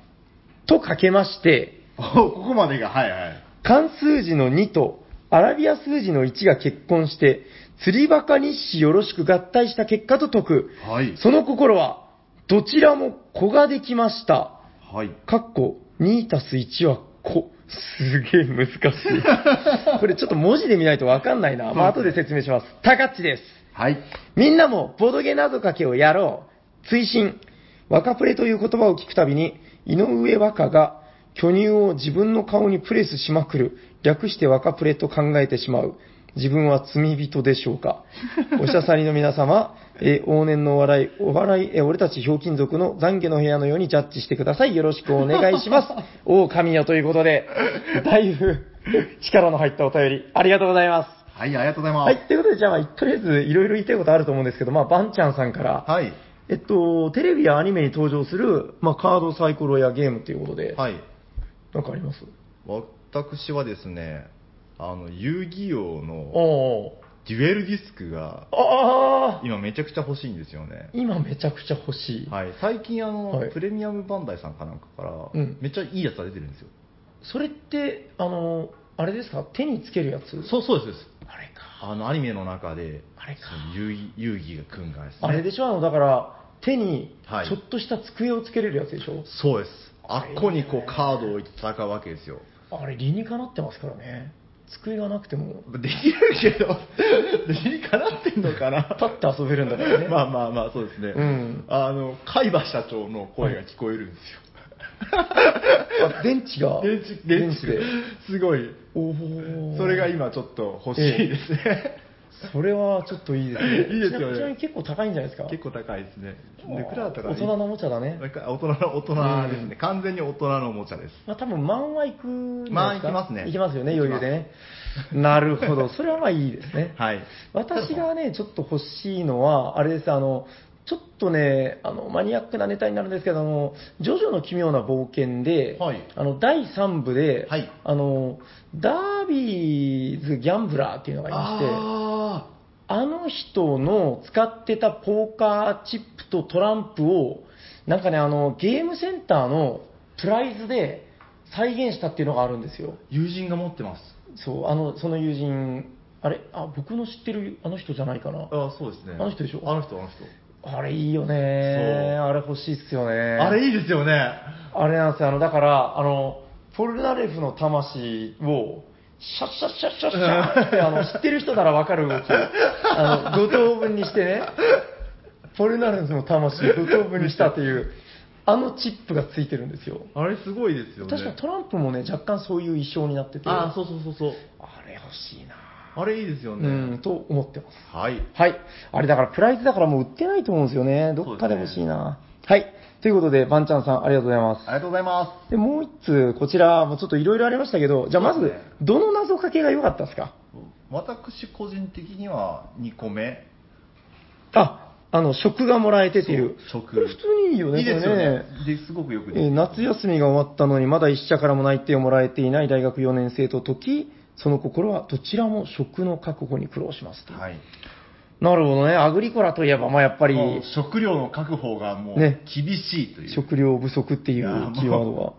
A: とかけまして、
B: おーここまでが、はいはい。
A: 漢数字の2とアラビア数字の1が結婚して、釣りバカ日誌よろしく合体した結果と解く。
B: はい。
A: その心は、どちらも子ができました。
B: はい。
A: かっこ、2たす1は子。すげえ難しい。これちょっと文字で見ないとわかんないな。まあ、後で説明します。タカッチです。
B: はい。
A: みんなもボドゲ謎かけをやろう。追伸。若プレという言葉を聞くたびに、井上若が巨乳を自分の顔にプレスしまくる。略して若プレと考えてしまう。自分は罪人でしょうか。おしゃさりの皆様、えー往年のお笑い、お笑い、えー俺たちひょうきん族の懺悔の部屋のようにジャッジしてください。よろしくお願いします。狼よということで、だいぶ力の入ったお便り、ありがとうございます。
B: はい、ありがとうございます。
A: はい、ということで、じゃあ、とりあえず、いろいろ言いたいことあると思うんですけど、まあ、バンちゃんさんから、
B: はい。
A: えっと、テレビやアニメに登場する、まあ、カード、サイコロやゲームということで、
B: はい。
A: なんかあります
B: 私はですね、あの、遊戯王の
A: お
B: デュエルディスクが、
A: ああ
B: 今めちゃくちゃ欲しいんですよね。
A: 今めちゃくちゃ欲しい。
B: はい、最近あの、
A: はい
B: プレミアムバンダイさんかなんかから、
A: うん
B: めっちゃいいやつが出てるんですよ。
A: それって、あの、あれですか手につけるやつ
B: そうそうです。
A: あれか。
B: あのアニメの中で、
A: あれか
B: その遊戯遊戯が君がですね
A: あれでしょあの、だから、手に
B: は、い
A: ちょっとした机をつけれるやつでしょ、
B: そうです。あっこにこうカードを置いて戦うわけですよ。
A: あれ、理にかなってますからね。机がなくても、
B: できるけど、理にかなってんのかな
A: 立って遊べるんだからね。
B: まあまあまあ、そうですね。
A: うん
B: あの、海馬社長の声が聞こえるんですよ。
A: あ電池が。
B: 電池、電池
A: で。
B: すごい。
A: おー
B: それが今ちょっと欲しいですね。
A: それはちょっといいですね。
B: いいですよね
A: ちなみちなみに結構高いんじゃないですか。
B: 結構高いですね。
A: あ
B: で、
A: ー
B: クラータが
A: 大人のおもちゃだね。
B: なんか大人の、大人です
A: うん
B: ね。完全に大人のおもちゃです。
A: まあ多分、万は行くんじゃないですか。
B: 万は行きますね
A: 行きますよね、
B: 行
A: 余
B: きま
A: 裕
B: す
A: でね。なるほど。それはまあいいですね。
B: はい。
A: 私がね、ちょっと欲しいのは、あれです、あの、ちょっとね、あの、マニアックなネタになるんですけども、ジョジョの奇妙な冒険で、
B: はい
A: あの、第3部で、
B: はい
A: あの、ダービーズ・ギャンブラーっていうのがいまして、
B: あ
A: あの人の使ってたポーカーチップとトランプを、なんかね、あの、ゲームセンターのプライズで再現したっていうのがあるんですよ。
B: ー友人が持ってます。
A: そう、あの、その友人、あれあ、僕の知ってるあの人じゃないかな。
B: ああ、そうですね。
A: あの人でしょ
B: あの人、あの人。
A: あれいいよね
B: そ
A: あれ欲しいっすよね
B: あれいいですよね。
A: あれなんですよ。あの、だから、あの、ポルナレフの魂を、シャッシャッシャッシャッシャ ッって、あの、知ってる人ならわかる動きを、あの、5等分にしてね、ポルナレフの魂を5等分にしたという、あのチップがついてるんですよ。
B: あれすごいですよね
A: 確かトランプもね、若干そういう意匠になってて、
B: ああそうそうそうそう
A: あれ欲しいな
B: あれいいですよね、
A: うん、と思ってます。
B: はい
A: はい。あれだからプライズだからもう売ってないと思うんですよね。どっかで欲しいな。はい。ということで、バンちゃんさんありがとうございます
B: あり。がとうございま
A: で、もう一つ、こちらもちょっといろいろありましたけど、じゃあま
B: そう
A: ず
B: ですね、
A: どの謎かけが良かったですか
B: す私個人的には2個目
A: あ、あの、食がもらえてっていう。
B: そう食
A: これ普通にいいよね、
B: いいですよ
A: これ
B: ねですごくよくできて
A: えー
B: る
A: 夏休みが終わったのにまだ一社からも内定をもらえていない大学4年生と時、その心はどちらも食の確保に苦労しますという
B: はい
A: なるほどね。アグリコラといえば、まあやっぱり
B: もう食料の確保がもう厳
A: ね
B: しいという、
A: 食料不足ってい
B: いやも
A: う
B: う
A: キーワードは。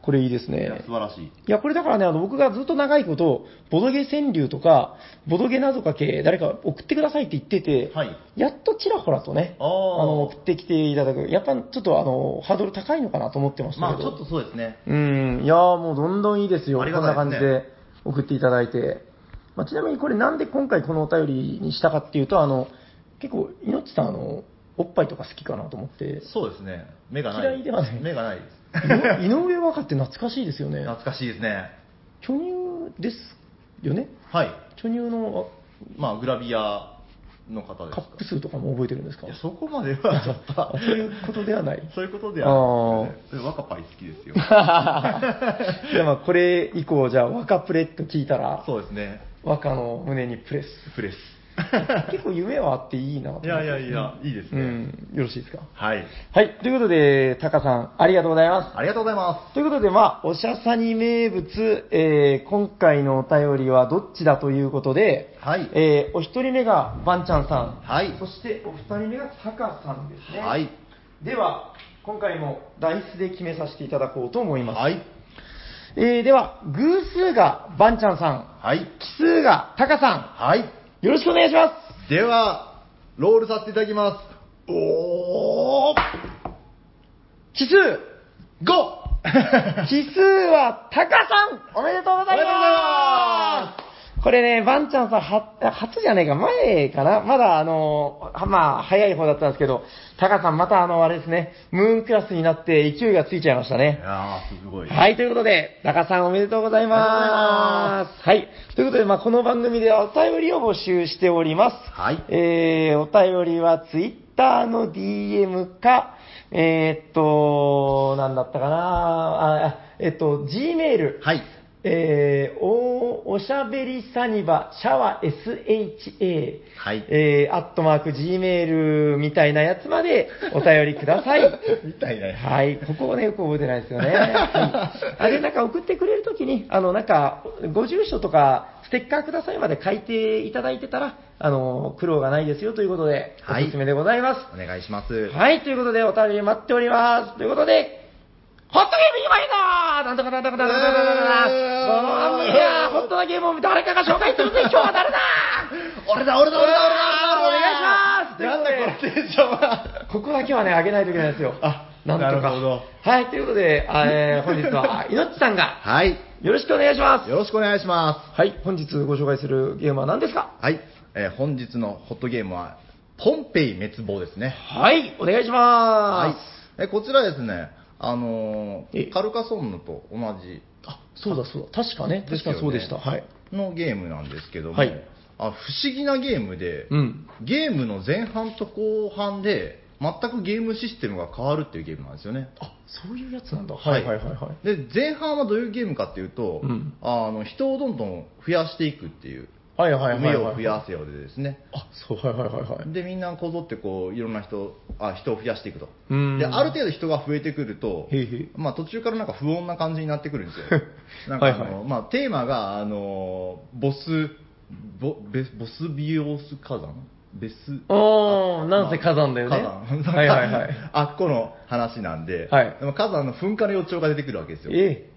A: これいいです
B: いや
A: ね
B: 素。晴らしい
A: いや、これだからね、あの、僕がずっと長いこと、ボドゲ川柳とか、ボドゲ謎かけ、誰か送ってくださいって言ってて、
B: はい
A: やっとちらほらとね、
B: あ
A: あ
B: ー
A: の、送ってきていただく。やっぱ、ちょっとあの、ハードル高いのかなと思ってました
B: ま
A: け
B: あ
A: ど。
B: ちょっとそうですね
A: うん、いやーもうどんどんいいですよ。
B: あ
A: こ
B: り
A: ん
B: が
A: な
B: たい
A: 感
B: で
A: じ
B: すね
A: で送っていただいて。まあ、ちなみにこれなんで今回このお便りにしたかっていうと、あの、結構、いのちさん、あの、おっぱいとか好きかなと思って、
B: そうですね目がない
A: 嫌いではない
B: 目が ないです
A: いの井上和歌って懐かしいですよね。
B: 懐かしいですね
A: 巨乳ですよね
B: はい
A: 巨乳の
B: まあグラビアの方です
A: カ
B: か
A: ップ数とかも覚えてるんですか
B: いやそこまではち ょっと
A: あそういうことでは ない。
B: そういうことではないですよね若パイ好きですよ
A: じゃあまあこれ以降、じゃあ、若プレと聞いたら、
B: そうですね
A: 若の胸にプレス。
B: プレス
A: 結構夢はあっていいなと思って
B: いやいやいやいいです
A: う
B: ね、
A: ん、よろしいですか。
B: はい
A: はい、ということで、タカさん、ありがとうございま
B: ありがとうございます
A: す。ということで、まあ、おしゃさに名物、えー今回のお便りはどっちだということで、
B: はい
A: えーお一人目がバンちゃんさん、
B: はい
A: そしてお二人目がタカさんですね。
B: はい
A: では、今回もダイスで決めさせていただこうと思います。
B: はい
A: えーでは、偶数がバンちゃんさん、
B: はい
A: 奇数がタカさ
B: はい
A: ん、よろしくお願いします。
B: ではロールさせていただきますおー
A: 奇数
B: 5!
A: 奇数はタカさんおめでとうござい
B: おめでとうございま
A: ますこれね、バンちゃんさん、は、初じゃねえか、前かなまだあの、はまあ、早い方だったんですけど、タカさんまたあの、あれですね、ムーンクラスになって勢いがついちゃいました
B: い
A: ね。
B: やーすごい
A: はい、ということで、タカさんおめでとうございます。はい、ということで、まあ、この番組ではお便りを募集しております。
B: はい
A: えー、お便りはツイッターの DM か、えー、っと、なんだったかなあ、えっと、Gmail、
B: はい
A: えー、お、おしゃべりサニバ、シャワー SHA、
B: はい
A: えー、アットマーク Gmail みたいなやつまでお便りください。
B: みたいなは
A: はい、ここをね、よく覚えてないですよね。はいあれ、なんか送ってくれるときに、あの、なんか、ご住所とか、ステッカーくださいまで書いていただいてたら、あの、苦労がないですよということで、お
B: はい
A: すすめでございます。
B: お願いします
A: はい、ということで、お便り待っております。ということで、ホットゲームいきまいだなんとかなんとかなんとかなんとかなんと
B: えー
A: かこの番組は、ホットなゲームを誰かが紹介するぜ今日は誰だ
B: 俺だ俺だ俺だ俺だ俺だ
A: お願いします
B: なんだこのテンションは
A: ここだけはね、上げないといけないですよ。
B: あ
A: なんとか。
B: なるほど
A: はい、ということで、あえー本日は、いのっちさんが、
B: はい
A: よろしくお願いします。
B: よろしくお願いしま
A: はい、本日ご紹介するゲームは何ですか
B: すはい、えー本日のホットゲームはポンペイ滅亡ですね
A: はい、お願いしま
B: は
A: す。
B: いえこちらですねあのー
A: え
B: カルカソンヌと同じ
A: あ、そうだそうだ。確かね、
B: です
A: 確か
B: よね
A: そうでした。はい。
B: のゲームなんですけども、
A: はい
B: あ不思議なゲームで、
A: うん。
B: ゲームの前半と後半で全くゲームシステムが変わるっていうゲームなんですよね
A: あ、そういうやつなんだ。
B: はい
A: はいはいはいはい。
B: で前半はどういうゲームかっていうと、
A: うん
B: あの人をどんどん増やしていくっていう
A: はいはいはい
B: 海
A: はい。
B: を増やせよでですね
A: あ、そう、はいはいはいはい。
B: でみんなこぞってこういろんな人あ人を増やしていくと
A: うん
B: である程度人が増えてくると
A: へいへい
B: まあ、途中からなんか不穏な感じになってくるんです よなんかあの
A: はいは
B: まあ、テーマがあのボスボベボスビオス火山ベス
A: おー、なんせ火山だよね。
B: 火山
A: はいはいはい。
B: あっこの話なんで、
A: はい
B: でも火山の噴火の予兆が出てくるわけですよ
A: え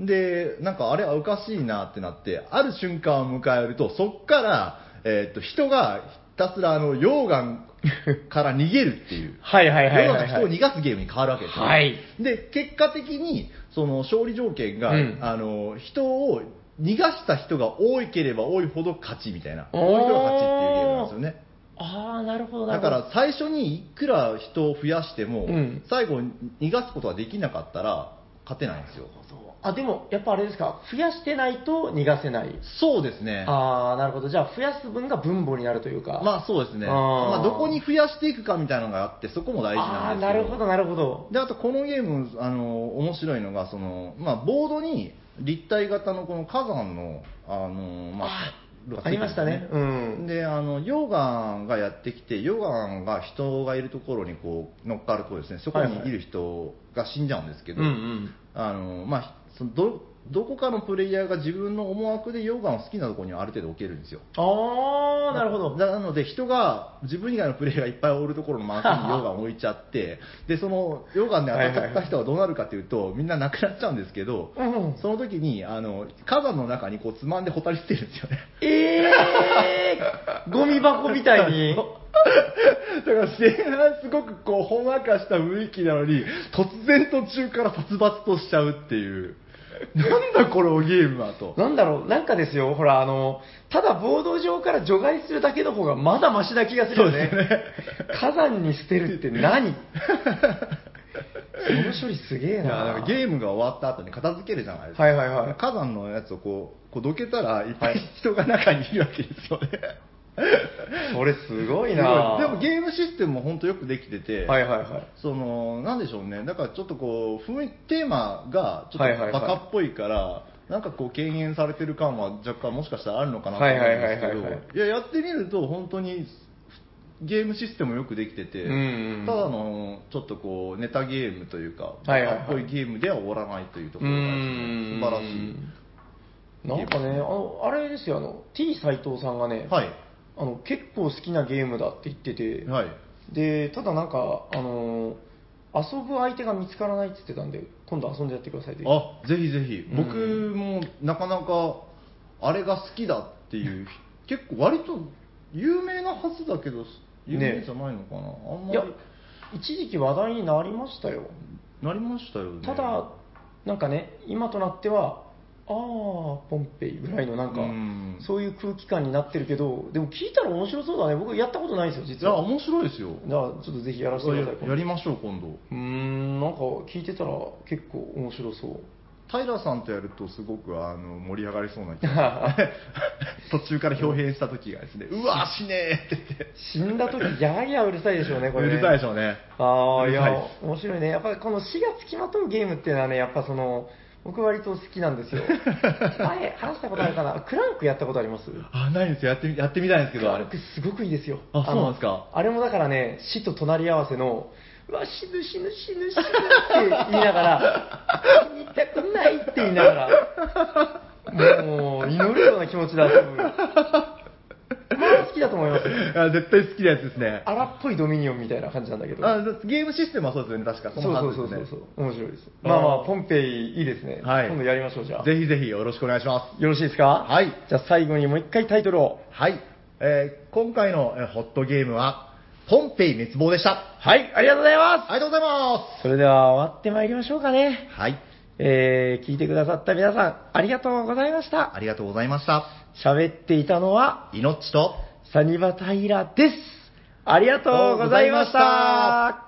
B: でなんかあれはおかしいなってなってある瞬間を迎えるとそっから、えー、と人がひたすらあの溶 岩から逃げるっていう
A: え。はいはいはい
B: 世の
A: はい
B: 中
A: は
B: 人を
A: い。
B: 逃がすゲームに変わるわけですよ、
A: はい
B: で結果的にその勝利条件が、
A: うん
B: あの人を逃がした人が多ければ多いほど勝ちみたいな
A: おー
B: 多い人が勝ちっていうゲームなんですよね
A: ああ、なるほど、な
B: だ
A: る
B: か
A: ほど。
B: ら最初にいくら人を増やしても、
A: うん
B: 最後逃がすことができなかったら勝てないんですよ
A: あ、でも、やっぱあれですか、増やしてないと逃がせない。
B: そうですね
A: ああ、なるほど。じゃあ、増やす分が分母になるというか。
B: まあそうですね
A: あー
B: まあ、どこに増やしていくかみたいなのがあってそこも大事
A: あ
B: な
A: あー、
B: んですけ
A: な
B: ど
A: るほど、なるほど。
B: であとこのゲームあの面白いのがその、まあ、ボードに立体型のこの火山のあの、まあ
A: あー
B: がつい
A: あ
B: て
A: り
B: るん
A: ま
B: で
A: し
B: す
A: たね。うん。
B: であの溶岩がやってきて溶岩が人がいるところにこう乗っかるとですねそこにいる人が死んじゃうんですけ
A: うん
B: ど、
A: うん。
B: あのまあ、そのどどこかのプレイヤーが自分の思惑で溶岩を好きなところにある程度置けるんですよ
A: ああ、なるほど。
B: ななので人が自分以外のプレイヤーがいっぱいおるところのマークに溶岩を置いちゃってでその溶岩で当たった人はどうなるかという とみんななくなっちゃうんですけど
A: うん。
B: その時にあの火山の中にこうつまんでほたり捨てるんですよね
A: ええ ー、ゴミ箱みたいに。
B: だから前半すごくこうほんわかした雰囲気なのに突然途中から殺伐としちゃうっていうなんだこのゲームはと
A: なんだろう、なんかですよ、ほら、あの、ただボード上から除外するだけの方がまだマシな気がするよね。
B: そうですね
A: 火山に捨てるって何その処理すげえ
B: いやだか
A: な
B: ら。ゲームが終わった後に片付けるじゃないですか、
A: はいはいはい
B: 火山のやつをこうこうどけたらいっぱい人が中にいるわけですよね、
A: それすごいな
B: す ごいでもゲームシステムも本当よくできてて、
A: はいはいはい。
B: そのなんでしょうねだからちょっとこう雰囲テーマがちょ
A: はい
B: っ
A: はいはい
B: とバカっぽいから、なんかこう敬遠されてる感は若干もしかしたらあるのかなと思うんです
A: はいはいはいはいは
B: けどいややってみると本当にゲームシステムよくできてて、
A: うんうん
B: ただのちょっとこうネタゲームというか
A: はいはいはい
B: バカっぽいゲームでは終わらないというところがですね素晴らしい。
A: うーんなんかね、あの、あれですよ、あの、T 斎藤さんがね、
B: はい、
A: あの、結構好きなゲームだって言ってて、
B: はい
A: で、ただなんか、あのー遊ぶ相手が見つからないって言ってたんで、今度遊んでやってくださいって。
B: あぜひぜひ、
A: うん
B: 僕もなかなかあれが好きだっていう結構割と有名なはずだけど有名じゃないのかな、あんま
A: い
B: り
A: や、一時期話題になりましたよ。
B: なりましたよね
A: ただ、なんかね、今となっては、あー、ポンペイぐらいのなんか、
B: うん
A: そういう空気感になってるけど、でも聞いたら面白そうだね。僕やったことないんですよ、
B: い
A: 実
B: や
A: は。
B: 面白いですよ
A: じゃあ、ちょっとぜひやらせてください今
B: や
A: 度
B: や。りましょう今度
A: うーん、なんか聞いてたら結構面白そう。
B: 平さんとやるとすごくあの盛り上がりそうな気が 途中から表変した時がですね、うわ死ねえって言って
A: 死んだ時、ややうるさいでしょうね、これ、
B: う
A: ね。
B: るさいでしょうね
A: ああ、いう
B: る
A: や
B: さいで、
A: 面白いね。やっぱりこの死が付きまとうゲームっていうのはね、やっぱその、僕割と好きなん ですよ。前、話したことあるかなクランクやったことあります
B: あないんですよやってみやってみたいんですけ
A: ク
B: ど
A: ラ
B: あれ
A: ンクすごくいいですよ。
B: あそうなん
A: の
B: ですか
A: あれもだからね、死と隣り合わせの、うわ、死ぬ死ぬ死ぬ死ぬって言いながら、死にたくないって言いながら、もう、祈るような気持ちで遊ぶ。まあ、好きだと思います。
B: あ絶対好きなやつですね
A: 荒っぽいドミニオンみたいな感じなんだけど。
B: あゲームシステムはそうですよね、確か。
A: そ
B: そうのは
A: そう
B: ず
A: そ
B: で
A: う
B: す
A: そ
B: ね
A: うそう、面白いです。まあまあ、ポンペイいいですね。
B: はい
A: 今度やりましょう、じゃあ。
B: ぜ
A: よ
B: ひぜひよろしくお願いしま
A: ろしいですか
B: はい
A: じゃあ最後にもう一回タイトルを。
B: す。はい。えー今回のえーホットゲームは、ポンペイ滅亡でした。
A: はい、ありがとうございま。
B: ありがとうございます
A: それでは終わってまいりましょうかね。
B: す。はい。
A: えー、聞いてくださった皆さん、ありがとうございました。
B: ありがとうございました。
A: 喋っていたのは、
B: いのっちと、
A: サニバタイラです。ありがとうございました。